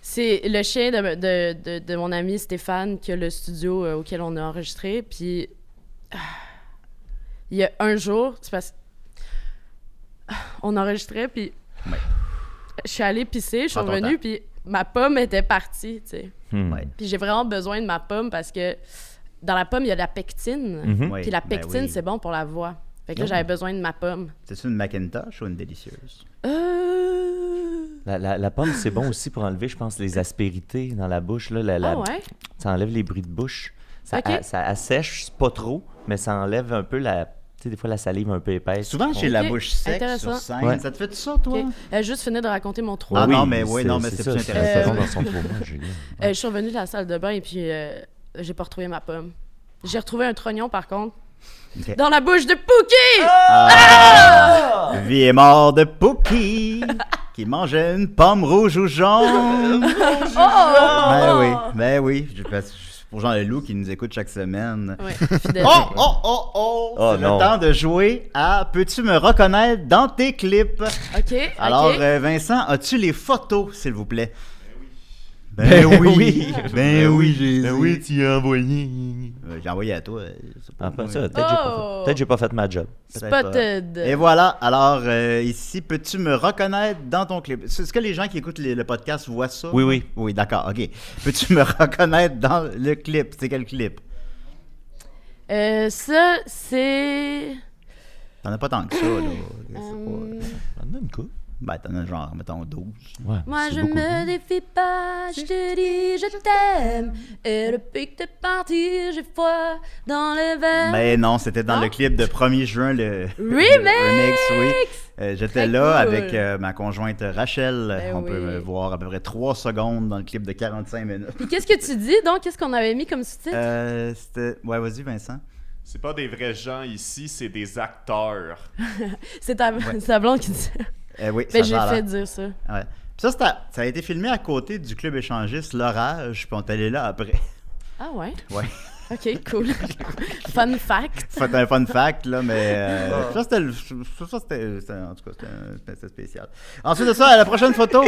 C'est le chien de, de, de- de mon ami Stéphane qui a le studio euh, auquel on a enregistré. Puis ah, il y a un jour, c'est parce ah, on enregistrait puis
Ouais.
je suis allée pisser, je suis
Prends ton
revenue
temps.
puis ma pomme était partie, tu sais.
Hmm.
Ouais.
Puis j'ai vraiment besoin de ma pomme parce que dans la pomme il y a de la pectine.
Mhm.
Oui,
Puis la
ben
pectine
oui.
c'est bon pour la voix. Fait que là
Mhm.
j'avais besoin de ma pomme.
C'est une Macintosh ou une délicieuse?
Euh...
La, la- la pomme, c'est bon aussi pour enlever, je pense, les aspérités dans la bouche. Là, la, la-
Ah ouais?
Ça enlève les bruits de bouche. Ça,
Ok.
a- ça assèche, c'est pas trop, mais ça enlève un peu la. Tu sais, des fois, la salive un peu épaisse.
Souvent, j'ai
On-
la
Ok,
bouche sec
intéressant.
sur scène.
Ouais.
Ça te fait ça, toi?
Ok. Euh, juste finir de raconter mon trou.
Ah
oui,
non, mais oui, non, mais c'est
ça,
plus
c'est
intéressant.
bon dans son format, Julien.
Euh, je suis revenue de la salle de bain et puis euh, j'ai pas retrouvé ma pomme. J'ai retrouvé un trognon par contre.
Ok. Ah!
Dans la bouche de Pookie!
Vie est mort de Pookie qui mangeait une pomme rouge ou jaune.
Oh!
Ben oui, ben oui. Je, parce que c'est pour Jean Leloup qui nous écoute chaque semaine.
Ouais, fidèle.
Oh, oh, oh, oh!
Oh,
c'est
non.
le temps de jouer à Peux-tu me reconnaître dans tes clips?
Ok, ok.
Alors, euh, Vincent, as-tu les photos, s'il vous plaît? Ben oui! Ben oui, j'ai
tu as envoyé.
J'ai envoyé à toi. euh, c'est pas
Ah, pas
moi.
ça, peut-être que j'ai pas
Oh!
fait- peut-être que j'ai pas fait ma job.
Peut-être pas.
Spotted.
Et voilà, alors euh, ici, peux-tu me reconnaître dans ton clip? Est-ce que les gens qui écoutent les- le podcast voient ça?
Oui, oui.
Oui, d'accord, ok. Peux-tu me reconnaître dans le clip? C'est quel clip?
Euh, ça, c'est.
T'en as pas tant que ça, là. C'est pas-
Euh,
On a une coupe.
Ben, t'en as genre, mettons, 12.
Ouais,
Moi,
c'est
je
beaucoup.
me défie pas, je te dis je t'aime. Et depuis que t'es parti, j'ai froid dans le verre.
Mais non, c'était dans
Euh, Non?
le clip de 1er juin, le le
Remix!
oui. Euh, J'étais
Très
là
cool.
avec euh, ma conjointe Rachel.
Ben
On peut
oui.
me voir à peu près 3 secondes dans le clip de 45 minutes.
Puis qu'est-ce que tu dis donc? Qu'est-ce qu'on avait mis comme sous-titre?
Euh, c'était... Ouais, vas-y, Vincent.
C'est pas des vrais gens ici, c'est des acteurs.
c'est ta, c'est ta blonde qui dit.
Euh, oui, ça
Mais Ben, j'ai
va, là.
fait dire ça.
Ouais. Puis ça, c'était- ça a été filmé à côté du club échangiste L'Orage, puis on est allé là après.
Ah ouais?
Ouais.
Ok, cool. Fun fact.
Fait un fun fact, là, mais.
Ah.
euh, ça, c'était. le- Ça, c'était. c'était- En tout cas, c'était un- c'était c'était spécial. Ensuite de ça, à la prochaine photo.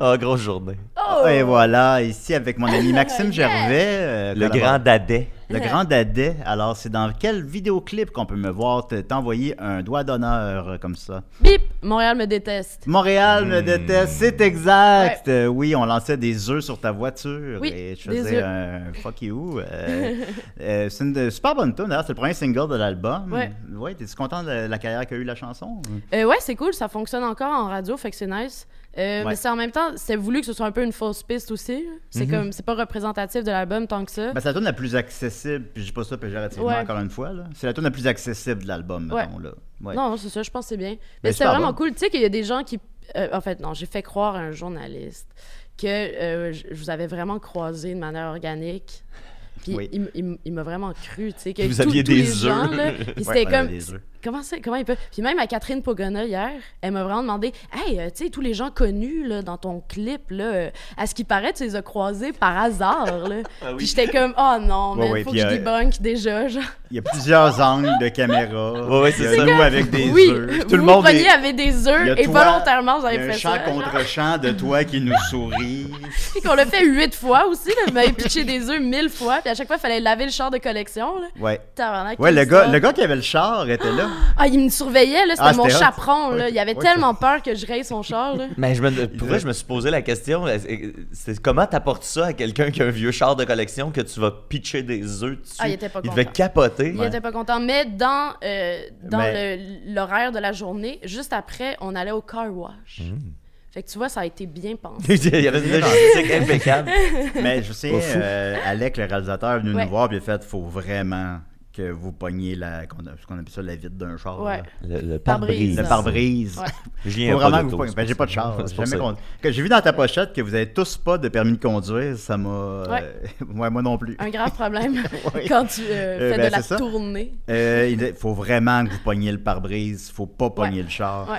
Ah, grosse journée.
Oh!
Et voilà, ici avec mon ami Maxime Gervais. euh,
Le
collaborateur-
grand dadais.
Le grand dadais. Alors, c'est dans quel vidéoclip qu'on peut me voir te- t'envoyer un doigt d'honneur euh, comme ça?
Bip! Montréal me
Mm.
déteste.
Montréal me déteste, c'est exact. Euh, oui, on lançait des œufs sur ta voiture
Oui,
et je
des
faisais
œufs.
un fuck you. euh, euh, c'est une de- super bonne tune, d'ailleurs, c'est le premier single de l'album.
Ouais.
Ouais, t'es-tu content de la, la carrière qu'a eu la chanson?
Euh, ouais, c'est cool, ça fonctionne encore en radio, fait que c'est nice. Euh,
Ouais. Mm-hmm.
Mais c'est en même temps, c'est voulu que ce soit un peu une fausse piste aussi. là. C'est comme, c'est pas représentatif de l'album tant que ça.
Ben, c'est la tune la plus accessible, puis je dis pas ça péjorativement
Ouais.
encore une fois, là. c'est la tune la plus accessible de l'album,
Ouais.
mettons, là. Ouais.
Non, non, c'est ça, je pense que c'est bien.
Ben,
Mais c'était
super
vraiment
bon.
cool. Tu sais qu'il y a des gens qui. euh, en fait, non, j'ai fait croire à un journaliste que euh, je, je vous avais vraiment croisé de manière organique. Puis
Oui.
il, m- il m- il m'a vraiment cru, tu sais, que
Vous
tout-
aviez
tous
des
les gens,
œufs.
là,
Ouais,
puis c'était
on a
comme,
des œufs.
comment ça, comment il peut... Puis même à Catherine Pogona, hier, elle m'a vraiment demandé, « Hey, euh, tu sais, tous les gens connus, là, dans ton clip, là, euh, à ce qui paraît, tu les as croisés par hasard, là. Puis j'étais comme, « Oh
Ah
non,
Ouais,
mais
ouais,
faut
puis,
que je
euh,
débunk déjà, genre. »
Il y a plusieurs angles de caméra.
Ouais, ouais, c'est
Il y a
ça.
nous avec des
Oui,
œufs.
vous
monde
preniez
est-
avec des
Il y a
œufs et
toi,
volontairement,
Il y a
j'avais
un
fait
chant
ça. genre.
contre chant de toi qui nous sourit.
Puis qu'on l'a fait huit fois aussi, là. Vous m'avez pitché des œufs mille fois. Puis à chaque fois, il fallait laver le char de collection, là.
Ouais.
Tabarnak,
Ouais,
quelle
le gars,
histoire.
le gars qui avait le char était là.
Ah, il me surveillait, là. C'était
Ah,
mon
c'était hot.
chaperon, là. Il avait
Ouais,
tellement peur que je raye son char, là.
Mais je me, pour vrai,
devait-
je me suis posé la question est-ce- c'est comment t'apportes ça à quelqu'un qui a un vieux char de collection que tu vas pitcher des œufs dessus
Ah, il était pas
devait
content.
capoter.
Il était pas content. Mais dans, euh, dans
Mais-
le- l'horaire de la journée, juste après, on allait au car wash.
Hmm.
Fait que tu vois, ça a été bien pensé.
il y avait une logistique impeccable.
Mais je sais,
Pas fou.
euh, Alec, le réalisateur, est venu
Ouais.
nous voir et il a fait faut vraiment que vous pogniez la, qu'on a- ce qu'on appelle ça la vitre d'un char.
Ouais.
là.
Le, le pare-brise.
Pare-brise.
Le pare-brise.
Ouais.
Je
Faut
viens
vraiment
pas
que vous
d'auto,
pogniez.
c'est
Ben, j'ai
pour
pas de char.
ça.
j'ai
C'est pour
jamais
ça.
conduit. Que j'ai vu dans ta pochette que vous avez tous pas de permis de conduire, ça m'a. euh, ouais, moi non plus.
Un grave problème
Ouais.
quand tu euh,
Euh,
fais
ben,
de la
c'est ça.
tournée.
Euh, il dit, faut vraiment que vous pogniez le pare-brise, faut pas pogner le char.
Ouais.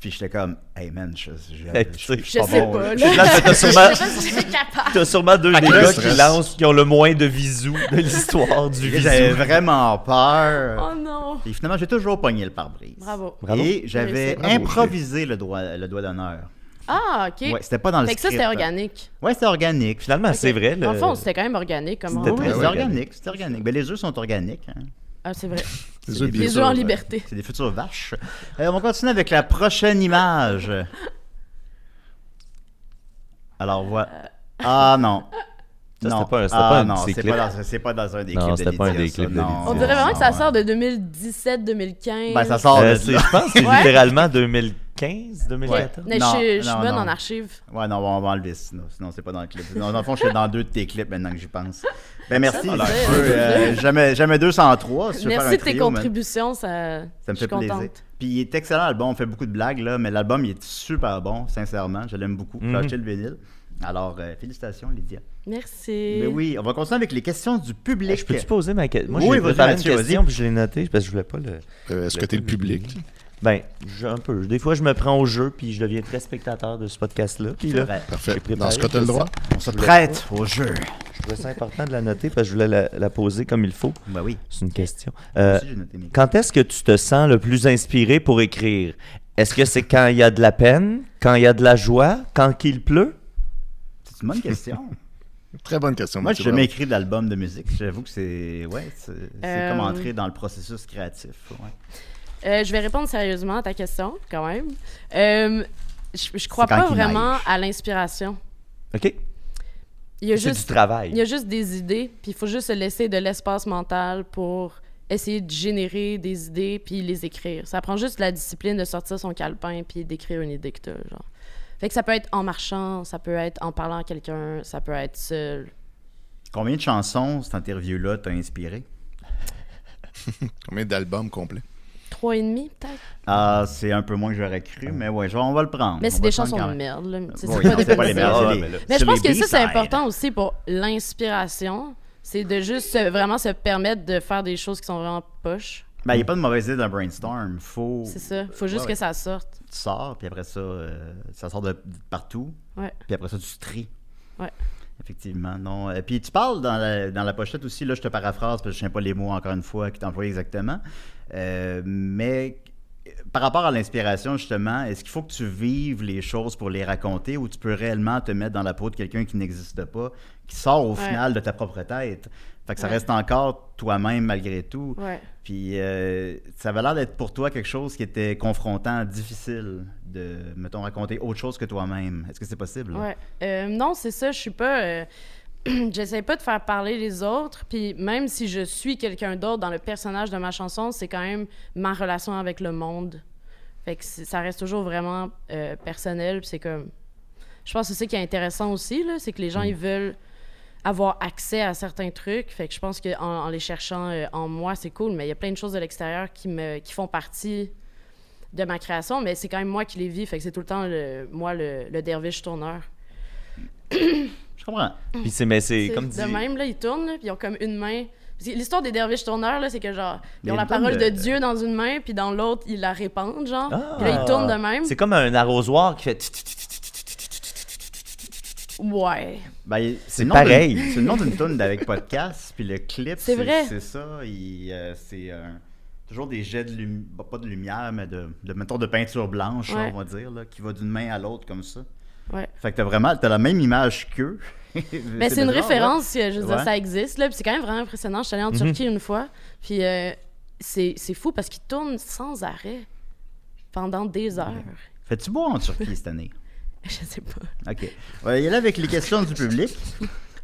Puis j'étais comme, hey man, je, je, je,
Hey, tu sais,
suis
Je sais
bon, là.
pas, là.
Là, t'as
Je sais
sûrement,
pas si je suis capable.
t'as sûrement deux des
que
gars
le
qui
stress.
lancent, qui ont le moins de visous de l'histoire du
Là, J'avais
visou.
vraiment peur.
Oh non!
Et finalement, j'ai toujours pogné le pare-brise.
Bravo.
Bravo.
Et j'avais
Bravo,
improvisé le doigt, le doigt d'honneur.
Ah, OK.
Ouais, Ah, c'était pas dans le
fait que ça,
script.
c'était organique.
Ouais, c'était organique.
Finalement, c'est vrai.
Dans
le-
le fond, c'était quand même organique. Comme
C'était
on-
très
Oui, c'est
organique.
organique, c'est organique. Ben, les œufs sont organiques. hein.
Ah, c'est vrai.
Les œufs de
Les
Bison.
œufs en liberté.
C'est des futures vaches. Euh, on continue avec la prochaine image. Alors,
Euh.
voilà. Ah non.
Ça,
non.
c'était pas un- c'était
ah,
pas un de
non,
ces
c'est
clips.
pas, dans, c'est pas dans un des
Non,
clips. de
c'était pas un
Lydia,
des
ça,
clips de
non.
Lydia.
On dirait vraiment que ça
Non,
sort de 2017-2015.
Ben, ça sort
Euh,
de
c'est- je pense que c'est
Ouais.
littéralement 2015, 2014.
Mais
Non,
je suis- je suis
non,
bonne
non.
en archives.
Ouais, non, on va enlever sinon. Sinon, c'est pas dans le clip. Non, dans le fond, je suis dans deux de tes clips maintenant que j'y pense. Ben, merci.
Ça, c'est-
peu, euh, jamais, jamais 203. Si tu veux faire un
Merci de tes
trio, man.
contributions. Ça,
Ça me
je
fait
suis
plaisir.
contente.
Puis il est excellent l'album, on fait beaucoup de blagues là, mais l'album il est super bon, sincèrement, je l'aime beaucoup. J'ai
Mhm.
acheté le vinyle. Alors euh, félicitations Lydia.
Merci.
Mais Ben oui, on va continuer avec les questions du public.
Ah, Eh, Je peux-tu poser ma question? Moi,
Oui,
j'ai
vas-y,
préparé une
Mathieu, vas-y.
question, puis je l'ai notée, parce que je voulais pas le...
Euh, Est-ce que t'es le public?
Ben, j'ai un peu. Des fois, je me prends au jeu, puis je deviens très spectateur de ce podcast-là. Puis là,
Ouais.
Parfait.
J'ai préparé
Dans ce cas, t'as le droit.
On se prête au jeu.
je trouvais ça important de la noter, parce que je voulais la, la poser comme il faut.
Ben oui.
C'est une question. Euh,
Aussi, j'ai noté mes-
quand est-ce que tu te sens le plus inspiré pour écrire? Est-ce que c'est quand il y a de la peine, quand il y a de la joie, quand il pleut?
C'est une bonne question.
Très bonne question.
Moi, j'ai
Mathieu,
jamais écrit d'album de musique. J'avoue que c'est ouais, c'est c'est
Euh,
comme entrer dans le processus créatif. ouais.
Euh, je vais répondre sérieusement à ta question, quand même. Euh, je, je crois
C'est quand
pas
qu'il
vraiment
neige.
à l'inspiration.
OK?
Il y a
C'est du
juste
travail.
Il y a juste des idées, puis il faut juste se laisser de l'espace mental pour essayer de générer des idées puis les écrire. Ça prend juste la discipline de sortir son calepin puis d'écrire une idée que t'as, genre. Fait que ça peut être en marchant, ça peut être en parlant à quelqu'un, ça peut être seul.
Combien de chansons cette interview là t'a inspiré
Combien d'albums complets?
Trois et demi, peut-être?
Ah, c'est un peu moins que j'aurais cru, mais ouais, genre, on va le prendre.
Mais
Ah, On va
c'est des
le prendre
chansons
quand
de
même.
merde, là. C'est
Oui,
c'est
non,
pas
c'est
des
pas les
bonnes
meilleures.
idées.
Ah,
c'est les-
ben là.
Mais je
sur
pense
les
que ça, c'est
B-sides.
important aussi pour l'inspiration. C'est de juste se- vraiment se permettre de faire des choses qui sont vraiment poches.
Ben, il n'y a pas de mauvaise idée d'un brainstorm. Faut.
C'est ça. Faut juste
Ouais, ouais.
que ça sorte.
Tu sors, puis après ça, euh, ça sort de, de partout.
Ouais.
Puis après ça, tu tries.
Ouais.
Effectivement, non. Et puis tu parles dans la, dans la pochette aussi, là, je te paraphrase parce que je ne sais pas les mots encore une fois qui t'emploient exactement. Euh, mais par rapport à l'inspiration, justement, est-ce qu'il faut que tu vives les choses pour les raconter ou tu peux réellement te mettre dans la peau de quelqu'un qui n'existe pas, qui sort au
Ouais.
final de ta propre tête? Fait que ça
Ouais.
reste encore toi-même malgré tout.
Ouais.
Puis euh, ça avait l'air d'être pour toi quelque chose qui était confrontant, difficile de, mettons, raconter autre chose que toi-même. Est-ce que c'est possible?
Ouais. Euh, non, c'est ça, je suis pas. euh, J'essaie pas de faire parler les autres, puis même si je suis quelqu'un d'autre dans le personnage de ma chanson, c'est quand même ma relation avec le monde. Fait que c'est- ça reste toujours vraiment euh, personnel, puis c'est comme. Je pense que c'est ça qui est intéressant aussi, là, c'est que les gens, ils veulent avoir accès à certains trucs. Fait que je pense qu'en en, en les cherchant euh, en moi, c'est cool, mais il y a plein de choses de l'extérieur qui, me, qui font partie de ma création, mais c'est quand même moi qui les vis. Fait que c'est tout le temps le, moi le, le derviche tourneur.
Je comprends.
Puis c'est, mais c'est,
C'est
comme dit.
De même, là, ils tournent, là, puis ils ont comme une main. Parce que L'histoire des derviches tourneurs, là, c'est que genre, ils ont
Mais
la
une tonne
parole
de-
de Dieu dans une main, puis dans l'autre, ils la répandent, genre.
Ah!
Puis là, ils tournent de même.
C'est comme un arrosoir qui fait. tut, tut, tut, tut, tut, tut, tut, tut, tut, tut, tut, tut.
Ouais.
Ben, c'est
pareil.
C'est le nom d'une tune d'avec podcast, puis le clip,
C'est vrai.
C'est ça. il, euh, c'est euh, toujours des jets de lumière, pas de lumière, mais de, de, mettons, de peinture blanche,
Ouais.
on va dire, là, qui va d'une main à l'autre comme ça.
Ouais.
Fait que t'as vraiment t'as la même image qu'eux.
Ben, c'est une
bizarre,
référence, que, je veux dire,
Ouais. Mhm.
ça existe, là, puis c'est quand même vraiment impressionnant. Je suis allée en Turquie une fois, puis euh, c'est c'est fou parce qu'ils tournent sans arrêt pendant des heures.
ouais. Fais-tu beau en Turquie cette année?
Je sais pas.
OK. On va y aller avec les questions du public.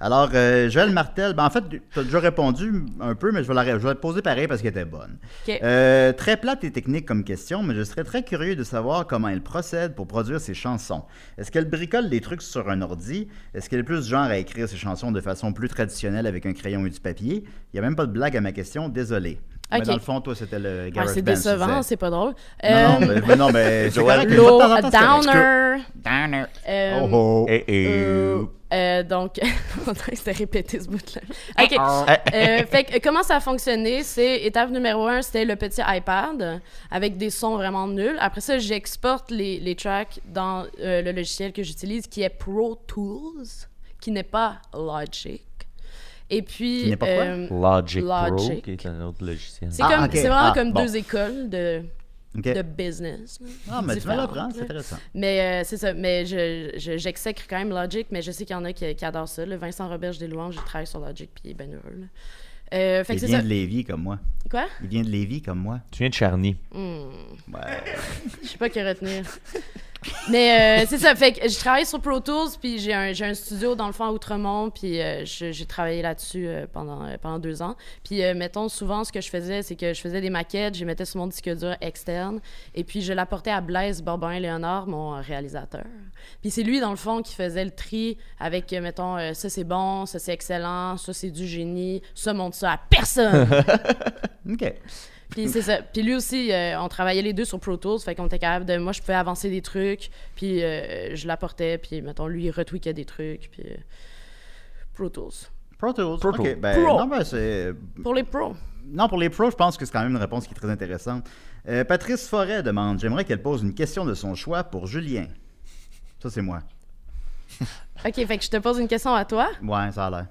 Alors, euh, Joël Martel, ben, en fait, tu as déjà répondu un peu, mais je vais la, je vais la poser pareil parce qu'elle était bonne.
OK.
Euh, très plate et technique comme question, mais je serais très curieux de savoir comment elle procède pour produire ses chansons. Est-ce qu'elle bricole des trucs sur un ordi? Est-ce qu'elle est plus genre à écrire ses chansons de façon plus traditionnelle avec un crayon et du papier? Il n'y a même pas de blague à ma question, désolé. Mais
OK.
dans le fond, toi, c'était le
Ouais,
Garage
c'est décevant, c'est pas drôle.
Non,
Euh,
non, mais, mais non, mais c'est correct, mais de temps en
Low,
temps, c'est correct.
downer.
Downer.
euh,
Oh, oh.
Eh, eh.
euh, euh, donc, on dirait que c'était répété ce bout-là. OK.
Ah.
Euh, fait que, euh, comment ça a fonctionné? C'est étape numéro un, c'était le petit iPad euh, avec des sons vraiment nuls. Après ça, j'exporte les, les tracks dans euh, le logiciel que j'utilise qui est Pro Tools, qui n'est pas Logic. Et puis.
Qui n'est pas quoi?
euh,
Logic, Pro,
Logic.
qui est un autre logiciel.
c'est
Ah,
comme-
ok.
c'est vraiment
Ah,
comme
bon.
deux écoles de,
OK.
de business. là,
Ah, mais tu vas
différentes,
l'apprendre, c'est
là.
intéressant.
Mais euh, c'est ça, mais je- je- j'exècre quand même Logic, mais je sais qu'il y en a qui, qui adorent ça. Le Vincent Roberge des Louanges, il travaille sur Logic, puis il est ben heureux. là. Euh, fait
Il
que c'est
vient
ça.
de Lévis comme moi.
Quoi? Hmm.
Il vient de Lévis comme moi.
Tu viens de Charny.
Je sais pas que retenir. Mais euh, c'est ça, fait que je travaille sur Pro Tools, puis j'ai un, j'ai un studio dans le fond à Outremont, puis euh, je- j'ai travaillé là-dessus euh, pendant, euh, pendant deux ans. Puis euh, mettons, souvent, ce que je faisais, c'est que je faisais des maquettes, je les mettais sur mon disque dur externe, et puis je l'apportais à Blaise Bourbon-Léonard, mon euh, réalisateur. Puis c'est lui, dans le fond, qui faisait le tri avec, euh, mettons, euh, ça c'est bon, ça c'est excellent, ça c'est du génie, ça montre ça à personne!
OK.
Puis c'est ça. Puis lui aussi, euh, on travaillait les deux sur Pro Tools, fait qu'on était capable de. Moi, je pouvais avancer des trucs, puis euh, je l'apportais, puis mettons, lui, il retweetait des trucs, puis. euh, Pro Tools.
Pro Tools.
Pro Tools.
OK. Ben,
Pro.
Non, ben, c'est...
Pour les pros.
non, pour les pros, je pense que c'est quand même une réponse qui est très intéressante. Euh, Patrice Forêt demande J'aimerais qu'elle pose une question de son choix pour Julien. Ça, c'est moi.
OK, fait que je te pose une question à toi.
Ouais, ça a l'air.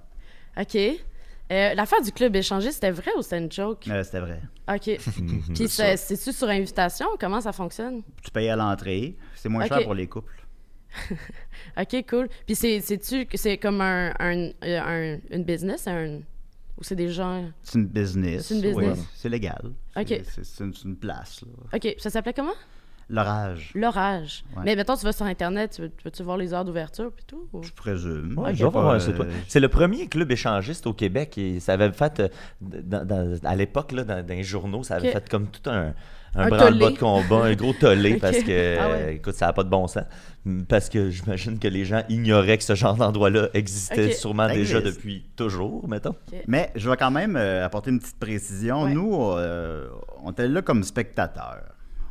OK. Euh, L'affaire du club échangé, c'était vrai ou c'était une joke?
Euh, C'était vrai.
OK. Puis c'est- c'est-tu sur invitation? Comment ça fonctionne?
Tu payes à l'entrée. C'est moins
OK.
cher pour les couples.
OK, cool. Puis c'est- c'est-tu c'est comme un, un, euh, un- une business? Un, ou c'est des gens.
C'est une business.
C'est une business.
oui. C'est légal.
OK.
C'est- C'est c'est une, c'est une place. là.
OK, ça s'appelait comment?
L'orage,
L'orage.
Ouais.
Mais mettons, tu vas sur Internet, tu veux- tu peux-tu voir les heures d'ouverture et tout? ou-
je présume.
Ouais,
Il
Ah,
y
je
a
vais voir
pas,
un site web.
euh,
C'est le premier club échangiste au Québec et ça avait fait, euh, dans- dans- à l'époque, là, dans, dans les journaux, ça avait
Ok.
fait comme tout un,
Un
un branle-bas
tollé.
de combat, un gros tollé
Ok.
parce que,
Ah ouais.
écoute, ça n'a pas de bon sens. Parce que j'imagine que les gens ignoraient que ce genre d'endroit-là existait
Ok.
sûrement
Ça
déjà
existe.
depuis toujours, mettons.
Mais je vais quand même euh, apporter une petite précision.
Ouais.
Nous, euh, on était là comme spectateurs.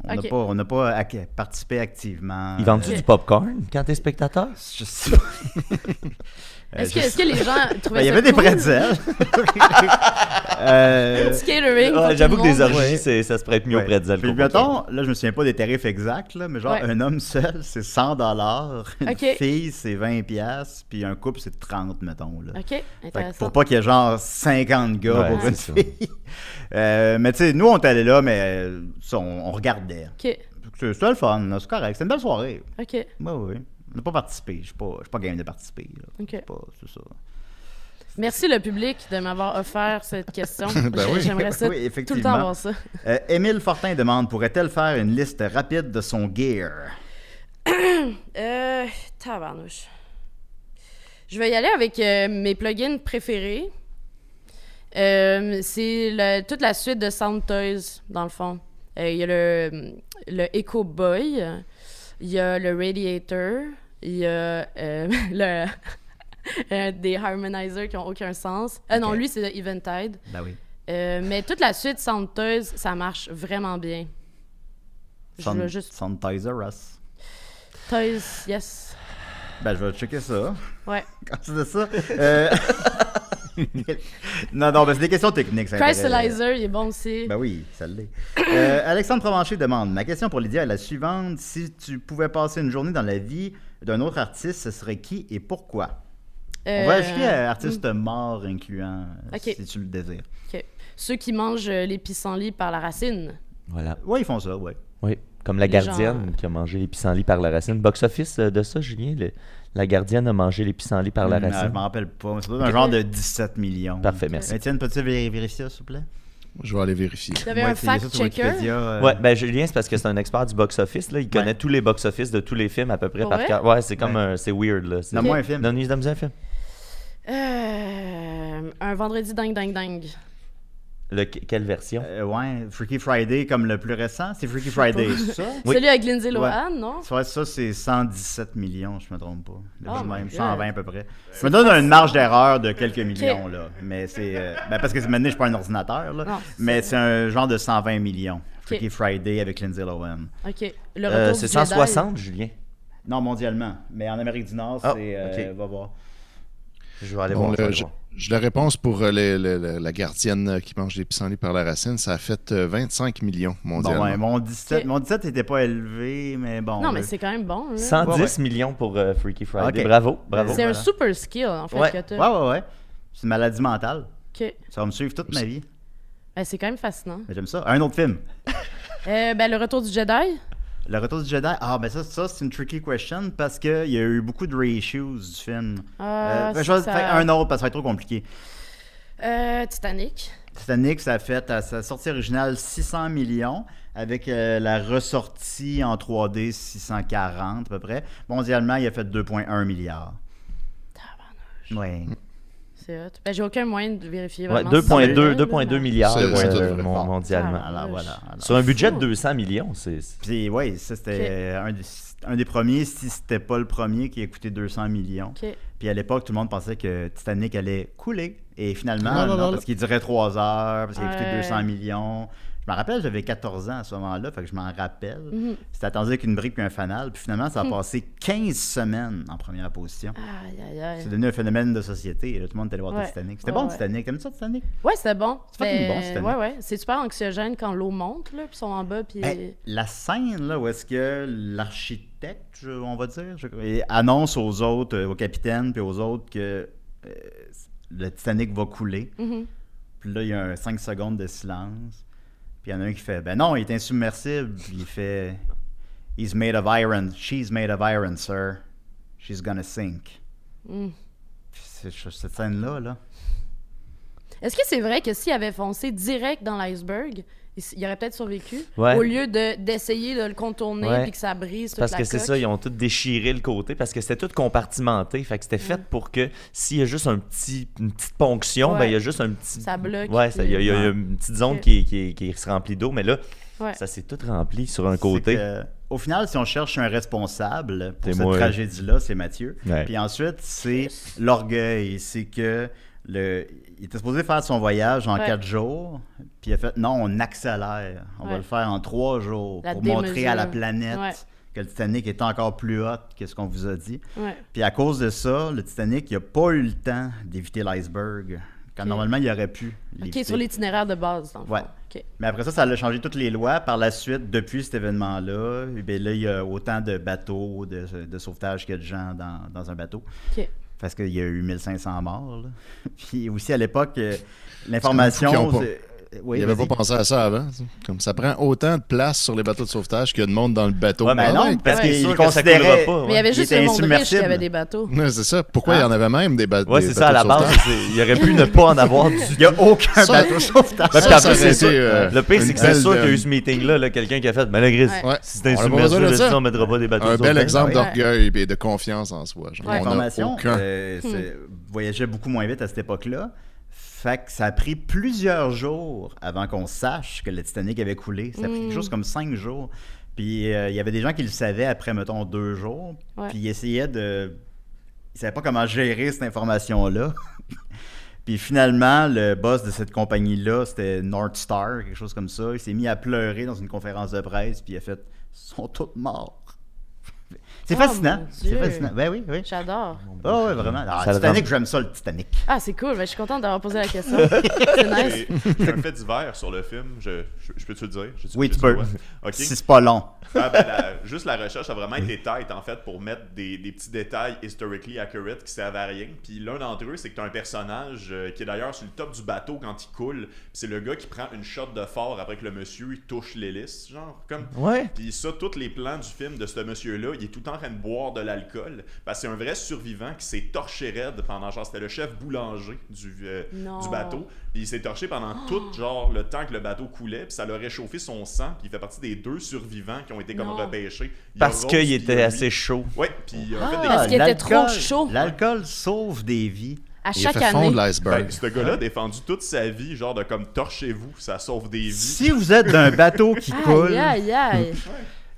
On n'a
Ok.
pas, on n'a pas ac- participé activement.
Ils vendent-tu
Ok.
du popcorn quand t'es spectateur?
Je sais pas.
Est-ce que,
je-
est-ce que les gens
Ben,
trouvaient
il y
ça
avait des
cool?
pretzels. Euh,
Du catering pour
Ah,
tout
J'avoue
le
que des
monde?
orgies, c'est- ça se prête mieux
ouais.
au pretzel.
Puis,
qu'au popcorn.
mettons, là, je me souviens pas des tarifs exacts, là, mais genre,
Ouais.
un homme seul, c'est 100 Une
Ok.
fille, c'est 20 piastres. Puis un couple, c'est 30, mettons. Là.
OK,
Fait que
intéressant.
pour pas qu'il y ait genre 50 gars
Ouais,
pour une
c'est
fille. Euh, mais tu sais, nous, on est allés là, mais euh, ça, on, on regarde regardais.
OK.
C'est c'était le fun, là, c'est correct. C'était une belle soirée.
OK.
Oui, oui. On n'a pas participé. Je suis pas, je suis pas game de participer. là.
Ok.
C'est pas- C'est ça.
Merci le public de m'avoir offert cette question.
Ben oui.
J'aimerais ça
Oui,
tout le
effectivement.
temps avoir ça.
Euh, Émile Fortin demande pourrait-elle faire une liste rapide de son gear
Euh, tabarnouche. Je vais y aller avec euh, mes plugins préférés. Euh, c'est la- toute la suite de Sound Toys, dans le fond. Euh, Il y a le, le Echo Boy, il y a le Radiator, il y a euh, le, euh, des harmonizers qui ont aucun sens. Ah non,
Ok.
lui, c'est le Eventide.
Ben oui.
Euh, mais toute la suite Sound Toys, ça marche vraiment bien. Je
Sound-
veux juste
Sanitizer Us.
Toys, yes.
Ben, je vais checker ça.
Ouais.
Quand tu dis ça. euh, non, non, ben, c'est des questions techniques. ça intéresse.
Crystalizer, il est bon aussi.
Ben oui, ça l'est. Euh, Alexandre Provencher demande Ma question pour Lydia est la suivante. Si tu pouvais passer une journée dans la vie d'un autre artiste, ce serait qui et pourquoi On va
Euh,
ajouter euh, artiste mort incluant, euh,
Ok.
si tu le désires.
ok. Ceux qui mangent euh, les pissenlits par la racine.
Voilà.
Ouais, ils font ça, ouais.
Oui, comme la
Les gens- euh,
gardienne qui a mangé les pissenlits par la racine. Box-office euh, de ça, Julien, le- la gardienne a mangé les pissenlits par la
Hum, ah,
racine.
je m'en rappelle pas. C'est un genre de 17 millions. Euh,
Parfait, merci.
Étienne, peux-tu vér- vérifier ça, s'il te plaît
oh.
Je vais aller vérifier.
Tu avais
Moi,
un
essayez ça sur
fact-checker.
Wikipédia, euh,
Ouais, ben Julien, c'est parce que c'est un expert du box-office. là. Il connaît tous les box-office de tous les films à peu près
Pour
par
vrai?
cœur. Ouais, c'est comme
Ouais.
un- c'est weird. là. C'est-
Donne-moi un film.
Donne-nous donne-nous un film.
Euh, un vendredi dingue, dingue, dingue.
Le- quelle version
Euh, ouais, Freaky Friday comme le plus récent. C'est Freaky Friday, c'est ça?
Oui.
Celui avec Lindsay Lohan,
Ouais.
non?
Tu vois, ça, c'est 117 millions, je me trompe pas. Le
Oh
plus
my
même,
God.
120 à peu près. Je me donne une marge d'erreur de quelques millions, là. Mais c'est. euh, ben parce que maintenant, je suis pas un ordinateur, là.
Non.
mais c'est un genre de 120 millions. Freaky Friday avec Lindsay Lohan.
OK. Le
Euh,
retour
C'est
du Jedi.
160, Julien.
Non, mondialement. Mais en Amérique du Nord,
Ah,
c'est. euh,
ok.
Va voir.
Je vais aller
Bon,
voir. je vais
le-
aller
je-
voir.
je- la réponse pour euh, le- le- le- la gardienne euh, qui mange des pissenlits par la racine, ça a fait euh, 25 millions
Bon,
mondialement.
ouais, mon 17,
Ok.
mon 17 était pas élevé, mais bon.
Non,
là.
mais c'est quand même bon. là. C'est
110
Ouais,
millions pour euh, Freaky Friday.
Ok.
Bravo, bravo.
C'est
un
voilà.
super skill, en fait,
Ouais.
que t'as.
Ouais, ouais, ouais. C'est une maladie mentale.
OK.
Ça va me suivre toute ma vie.
Ben, c'est quand même fascinant.
Mais J'aime ça. Un autre film.
Euh, ben, le retour du Jedi.
Le retour du Jedi. Ah, ben ça, ça c'est une tricky question parce qu'il y a eu beaucoup de reissues du film.
Ah,
Euh, ben, je vais
ça-
faire un autre parce que ça va être trop compliqué.
Euh, Titanic.
Titanic, ça a fait à sa sortie originale 600 millions avec euh, la ressortie en 3D 640 à peu près. Mondialement, il a fait 2,1 milliards. Oui.
C'est hot. Ben, j'ai aucun moyen de vérifier
Ouais,
vraiment. si c'est vrai,
2,2
là,
2,2
mais-
milliards
C'est- c'est
euh,
tout vrai.
mon-
Bon.
mondialement.
Ah,
Alors
Vache.
voilà. alors.
Sur un budget de
Fou.
200 millions, c'est. c'est-
Puis oui, ça c'était un, des- un des premiers, si c'était pas le premier, qui a coûté 200 millions.
OK.
Puis à l'époque, tout le monde pensait que Titanic allait couler. Et finalement,
Non, non,
non,
non,
parce qu'il durait 3 heures, parce qu'il a coûté
Ouais.
200 millions. Je me rappelle, j'avais 14 ans à ce moment-là, fait que je m'en rappelle.
Mhm.
C'était attendu avec une brique puis un fanal. Puis finalement,
Hmm.
ça a passé 15 semaines en première position.
Aïe, aïe, aïe.
C'est devenu un phénomène de société. Là, tout le monde est allé voir
Ah Ouais.
Titanic. C'était
Ouais,
bon,
ouais.
Titanic. T'aimes ça, Titanic?
Ouais, c'est bon.
C'est fucking
Mais-
bon, cette année.
Ouais, ouais. C'est super anxiogène quand l'eau monte, là, puis ils sont en bas, puis.
Ben, la scène là, où est-ce que l'architecte, je- on va dire, je- et annonce aux autres, euh, au capitaine puis aux autres que euh, le Titanic va couler.
Mhm.
Puis là, il y a un 5 secondes de silence. Puis il y en a un qui fait Ben non, il est insubmersible. Puis il fait He's made of iron. She's made of iron, sir. She's gonna sink.
Mm.
Puis c'est- je- cette scène-là, là.
Est-ce que c'est vrai que s'il avait foncé direct dans l'iceberg, il s- il aurait peut-être survécu
Ouais.
au lieu de d'essayer de le contourner
Ouais.
puis que ça brise toute
Parce
la
que c'est
coque?
ça, ils ont tout déchiré le côté parce que c'était tout compartimenté. Fait que
Mm.
c'était fait pour que s'il y a juste un petit, une petite ponction, ben,
Ouais.
il y a juste un petit.
Ça bloque,
Ouais, ça- il y, a- il y a
puis-
une petite zone
Ok.
qui, qui, qui se remplit d'eau, mais là,
Ouais.
ça s'est tout rempli sur un
C'est
côté.
que, au final, si on cherche un responsable pour
C'est
cette
moi.
tragédie-là, c'est Mathieu.
Ouais.
Puis ensuite, c'est l'orgueil. C'est que le, il était supposé faire son voyage en
Ouais.
quatre jours. Puis il a fait non, on accélère. On va
Ouais.
le faire en trois jours
La
pour montrer à la
démesure.
planète
Ouais.
que le Titanic est encore plus haute que ce qu'on vous a dit.
Ouais.
Puis à cause de ça, le Titanic, il n'a pas eu le temps d'éviter l'iceberg. Quand
Ok.
normalement, il aurait pu.
OK,
l'éviter.
sur l'itinéraire de base, dans le
Ouais.
fond. OK.
Mais après ça, ça a changé toutes les lois par la suite depuis cet événement-là. Et bien là, il y a autant de bateaux de, de sauvetage que de gens dans, dans un bateau.
OK.
Parce qu'il y a eu 1500 morts. là. Puis aussi, à l'époque, euh, l'information.
C'est comme nous qui ont pas-
c'est- oui,
il avait
vas-y.
pas pensé à ça avant. tu sais. Comme ça prend autant de place sur les bateaux de sauvetage qu'il y a de monde dans le bateau. Ah
Ouais, mais
Ben
non,
Ouais.
parce
Ouais.
qu'il
Sûr que ça
considérait.
coulera
Pas,
pas,
Mais il y avait
Il
juste
était
le monde riche qui
insubmersible.
avait des bateaux.
Ouais, c'est ça. Pourquoi il y en avait même des, ba-
Ah. Ouais,
des
c'est ça à la
bateaux de
base.
sauvetage?
c'est- Il aurait pu ne pas en avoir du
Il n'y a aucun
Ça-
bateau sauvetage.
Parce
Ça,
qu'après,
ça aurait
c'est
été,
sûr-
euh,
Le pire, c'est
une
que c'est
belle,
sûr qu'il y a
euh,
eu ce meeting-là, là, quelqu'un qui a fait Mais le Gris,
Ouais.
si c'est
On a pas besoin de
insubmersible,
ça.
on mettra pas des bateaux
Un
sur
bel
terre.
exemple
Ouais.
d'orgueil et de confiance en soi. Genre,
Ouais. Hmm.
on n'a
L'information
aucun.
euh, c'est- voyageait beaucoup moins vite à cette époque-là. Fait que ça a pris plusieurs jours avant qu'on sache que le Titanic avait coulé. Ça a
Hmm.
pris quelque chose comme cinq jours. Puis euh, il y avait des gens qui le savaient après, mettons, deux jours.
Ouais.
Puis ils essayaient de. Ils savaient pas comment gérer cette information-là. Puis finalement, le boss de cette compagnie-là, c'était North Star, quelque chose comme ça. Il s'est mis à pleurer dans une conférence de presse, puis il a fait Ils sont tous morts. C'est
Oh,
fascinant.
mon
C'est
Dieu.
fascinant. Ben oui, oui.
J'adore.
Ah ouais, vraiment. Ah,
Ça le
Titanic,
rend-
j'aime ça, le Titanic.
Ah, c'est cool. Ben, je suis contente d'avoir posé la question. c'est nice.
Et j'ai un fait divers sur le film. Je, je- je peux te le dire? Je-
Oui,
je-
tu peux.
ouais. Ok.
Si c'est pas long.
Ah, ben, la- juste la recherche a vraiment été tight, en fait, pour mettre des, des petits détails historically accurate qui servent à rien. Puis l'un d'entre eux, c'est que t'as un personnage euh, qui est d'ailleurs sur le top du bateau quand il coule. Puis c'est le gars qui prend une shot de fort après que le monsieur il touche l'hélice, genre, comme...
Ouais.
Puis ça, tous les plans du film de ce monsieur-là, il est tout le temps en train de boire de l'alcool. Parce que c'est un vrai survivant qui s'est torché raide pendant, genre, c'était le chef boulanger du, euh,
Non.
du bateau. Puis il s'est torché pendant tout, genre, le temps que le bateau coulait. Puis ça l'a réchauffé son sang. Puis il fait partie des deux survivants qui ont été comme
Non.
repêchés. Il y a
Parce
Rose,
qu'il
puis il y
était
a
assez
lui.
chaud.
Ouais, puis il a fait des.
Parce
Ah,
qu'il était
l'alcool-
trop chaud.
L'alcool sauve des vies.
À
Il a
chaque
fait fondre
année.
l'iceberg.
Ben, ce gars-là a défendu toute sa vie, genre de comme torchez-vous, ça sauve des vies.
Si vous êtes d'un bateau qui coule,
Aïe, aïe, aïe.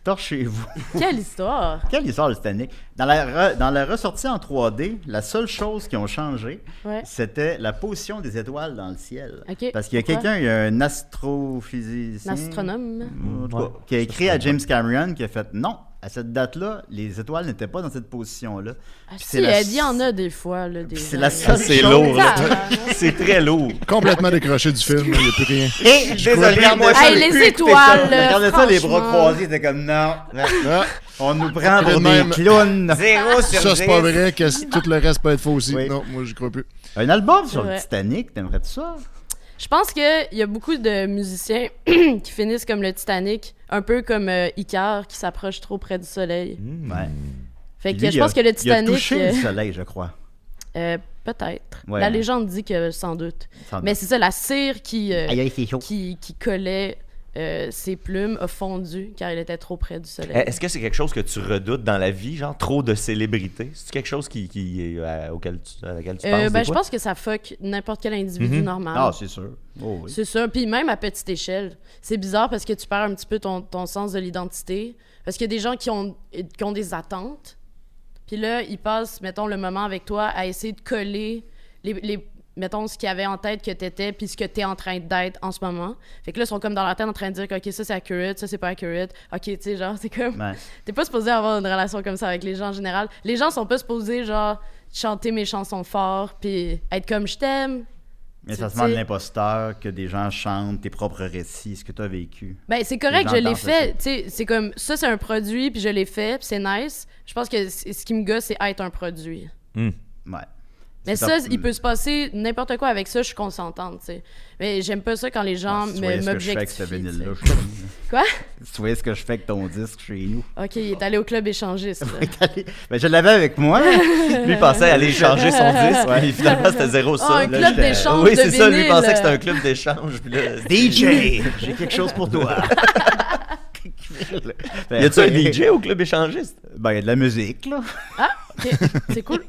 torchez-vous.
Quelle histoire.
Quelle histoire, le Titanic? Dans la, re- dans la ressortie en 3D, la seule chose qui ont changé,
Ouais.
c'était la position des étoiles dans le ciel.
Ok.
Parce qu'il y a
Pourquoi?
quelqu'un, il y a un astrophysicien.
Un astronome.
en tout cas,
Ouais.
Qui a écrit à James Cameron qui a fait non, à cette date-là, les étoiles n'étaient pas dans cette position-là.
Ah,
Puis
si,
c'est la-
elle dit, il y en a des fois. Là, des
Puis c'est la
gens.
seule
C'est
chose-
lourd, là.
Ah,
C'est très lourd.
Ben, Complètement décroché du film, il n'y a plus rien.
Et
regarde-moi
ça, Hey, les les écoutez ça. étoiles, là,
Regardez ça, les bras
franchement.
croisés, c'était comme non.
Ah,
On nous prend
Tout
pour des
de même.
clowns.
Zéro sur
ça, c'est pas vrai que c- tout le reste peut être faux aussi.
Oui.
Non, moi, j'y crois plus.
Un album sur
Ouais.
le Titanic, t'aimerais-tu ça?
Je pense qu'il y a beaucoup de musiciens qui finissent comme le Titanic, un peu comme euh, Icar qui s'approche trop près du soleil.
Ouais.
Fait
Puis
que
Mmh. lui,
je pense
il
que
a-
le
Il
Titanic.
a touché
euh,
le soleil, je crois.
euh, Peut-être.
Ouais.
La légende dit que sans doute.
Sans
Mais
doute.
c'est ça, la cire qui, euh,
Aïe, aïe, c'est chaud.
qui, qui collait euh, ses plumes a fondu car il était trop près du soleil.
Eh, Est-ce que c'est quelque chose que tu redoutes dans la vie, genre trop de célébrité? C'est quelque chose qui, qui, euh, auquel tu, à laquelle tu
Euh,
penses? des
ben, je
fois?
pense que ça fuck n'importe quel individu
Mhm.
normal.
Ah, c'est sûr. Oh, oui.
C'est ça. Puis même à petite échelle, c'est bizarre parce que tu perds un petit peu ton, ton sens de l'identité. Parce qu'il y a des gens qui ont, qui ont des attentes. Puis là, ils passent, mettons, le moment avec toi à essayer de coller les, les- mettons, ce qu'ils avaient en tête que t'étais puis ce que t'es en train d'être en ce moment. Fait que là, ils sont comme dans leur tête en train de dire que, OK, ça c'est accurate, ça c'est pas accurate. OK, tu sais, genre, c'est comme.
Ouais.
T'es pas supposé avoir une relation comme ça avec les gens en général. Les gens sont pas supposés, genre, chanter mes chansons fort puis être comme je t'aime.
Mais
Tu
ça se demande
sais-
l'imposteur que des gens chantent tes propres récits, ce que tu as vécu.
Ben, c'est correct,
Les
je
gens
l'ai
dansent
fait. Tu sais, c'est comme ça, c'est un produit, puis je l'ai fait, puis c'est nice. Je pense que c- ce qui me gosse, c'est être un produit.
Ouais.
Mais
C'est
ça,
un-
il peut se passer n'importe quoi avec ça, je suis consentante, tu sais. Mais j'aime pas ça quand les gens
Ah, Si tu voyais
me
ce que je fais avec ce
m'objectifient. tu sais.
vinyle-là. je-
Quoi?
Si tu voyais ce que je fais avec ton disque chez nous.
Ok, il est allé au club échangiste. là.
Ben, je l'avais avec moi.
Lui pensait aller changer son disque, mais finalement c'était zéro
Oh, un
ça.
club
j'étais-
d'échange
oui,
de
c'est ça, lui
vinyle.
pensait que c'était un club d'échange. puis là,
DJ, j'ai quelque chose pour toi.
Y a-tu un DJ au club échangiste?
Ben, il y a de la musique, là.
Ah, ok, c'est cool.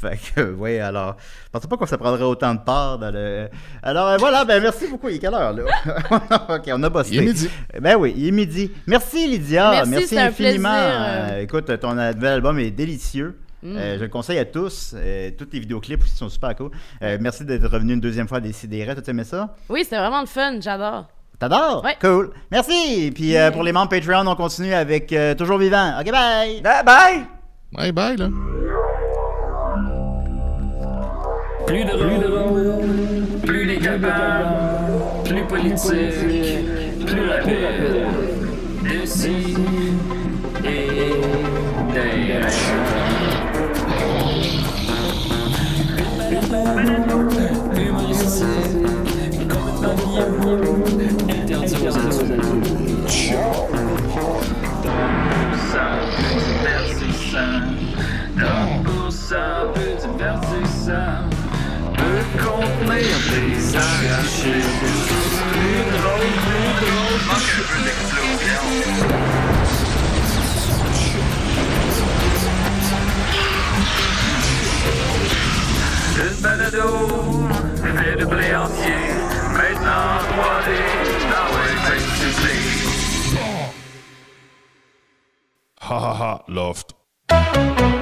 Fait que, euh, ouais, alors, je pensais pas qu'on se prendrait autant de part dans le. Alors, euh, voilà, ben, merci beaucoup. Il est quelle heure, là? ok, on a bossé.
Il est midi.
Ben oui, il est midi. Merci, Lydia.
Merci, c'était un
infiniment.
plaisir, euh.
Euh, écoute, ton nouvel album est délicieux.
Mm.
Euh, je le conseille à tous. Euh, tous tes vidéoclips aussi sont super cool. Euh, merci d'être revenu une deuxième fois à Décideret. Tu aimé ça?
Oui, c'était vraiment le fun, j'adore.
T'adores?
Ouais.
Cool. Merci. Puis euh, pour les membres Patreon, on continue avec euh, Toujours Vivant. OK, bye.
Bye bye!
Bye bye, là.
Plus de rôle, plus décapable, plus politique, plus rapide. D'ici et d'ailleurs. Humoristique, Donc pour ça, un peu divertissant peut contenir des arrachés. Plus drôle, plus drôle,
Une balado fait de blé entier, maintenant Ah 3D, dans le festival.
Ha ha ha, loft.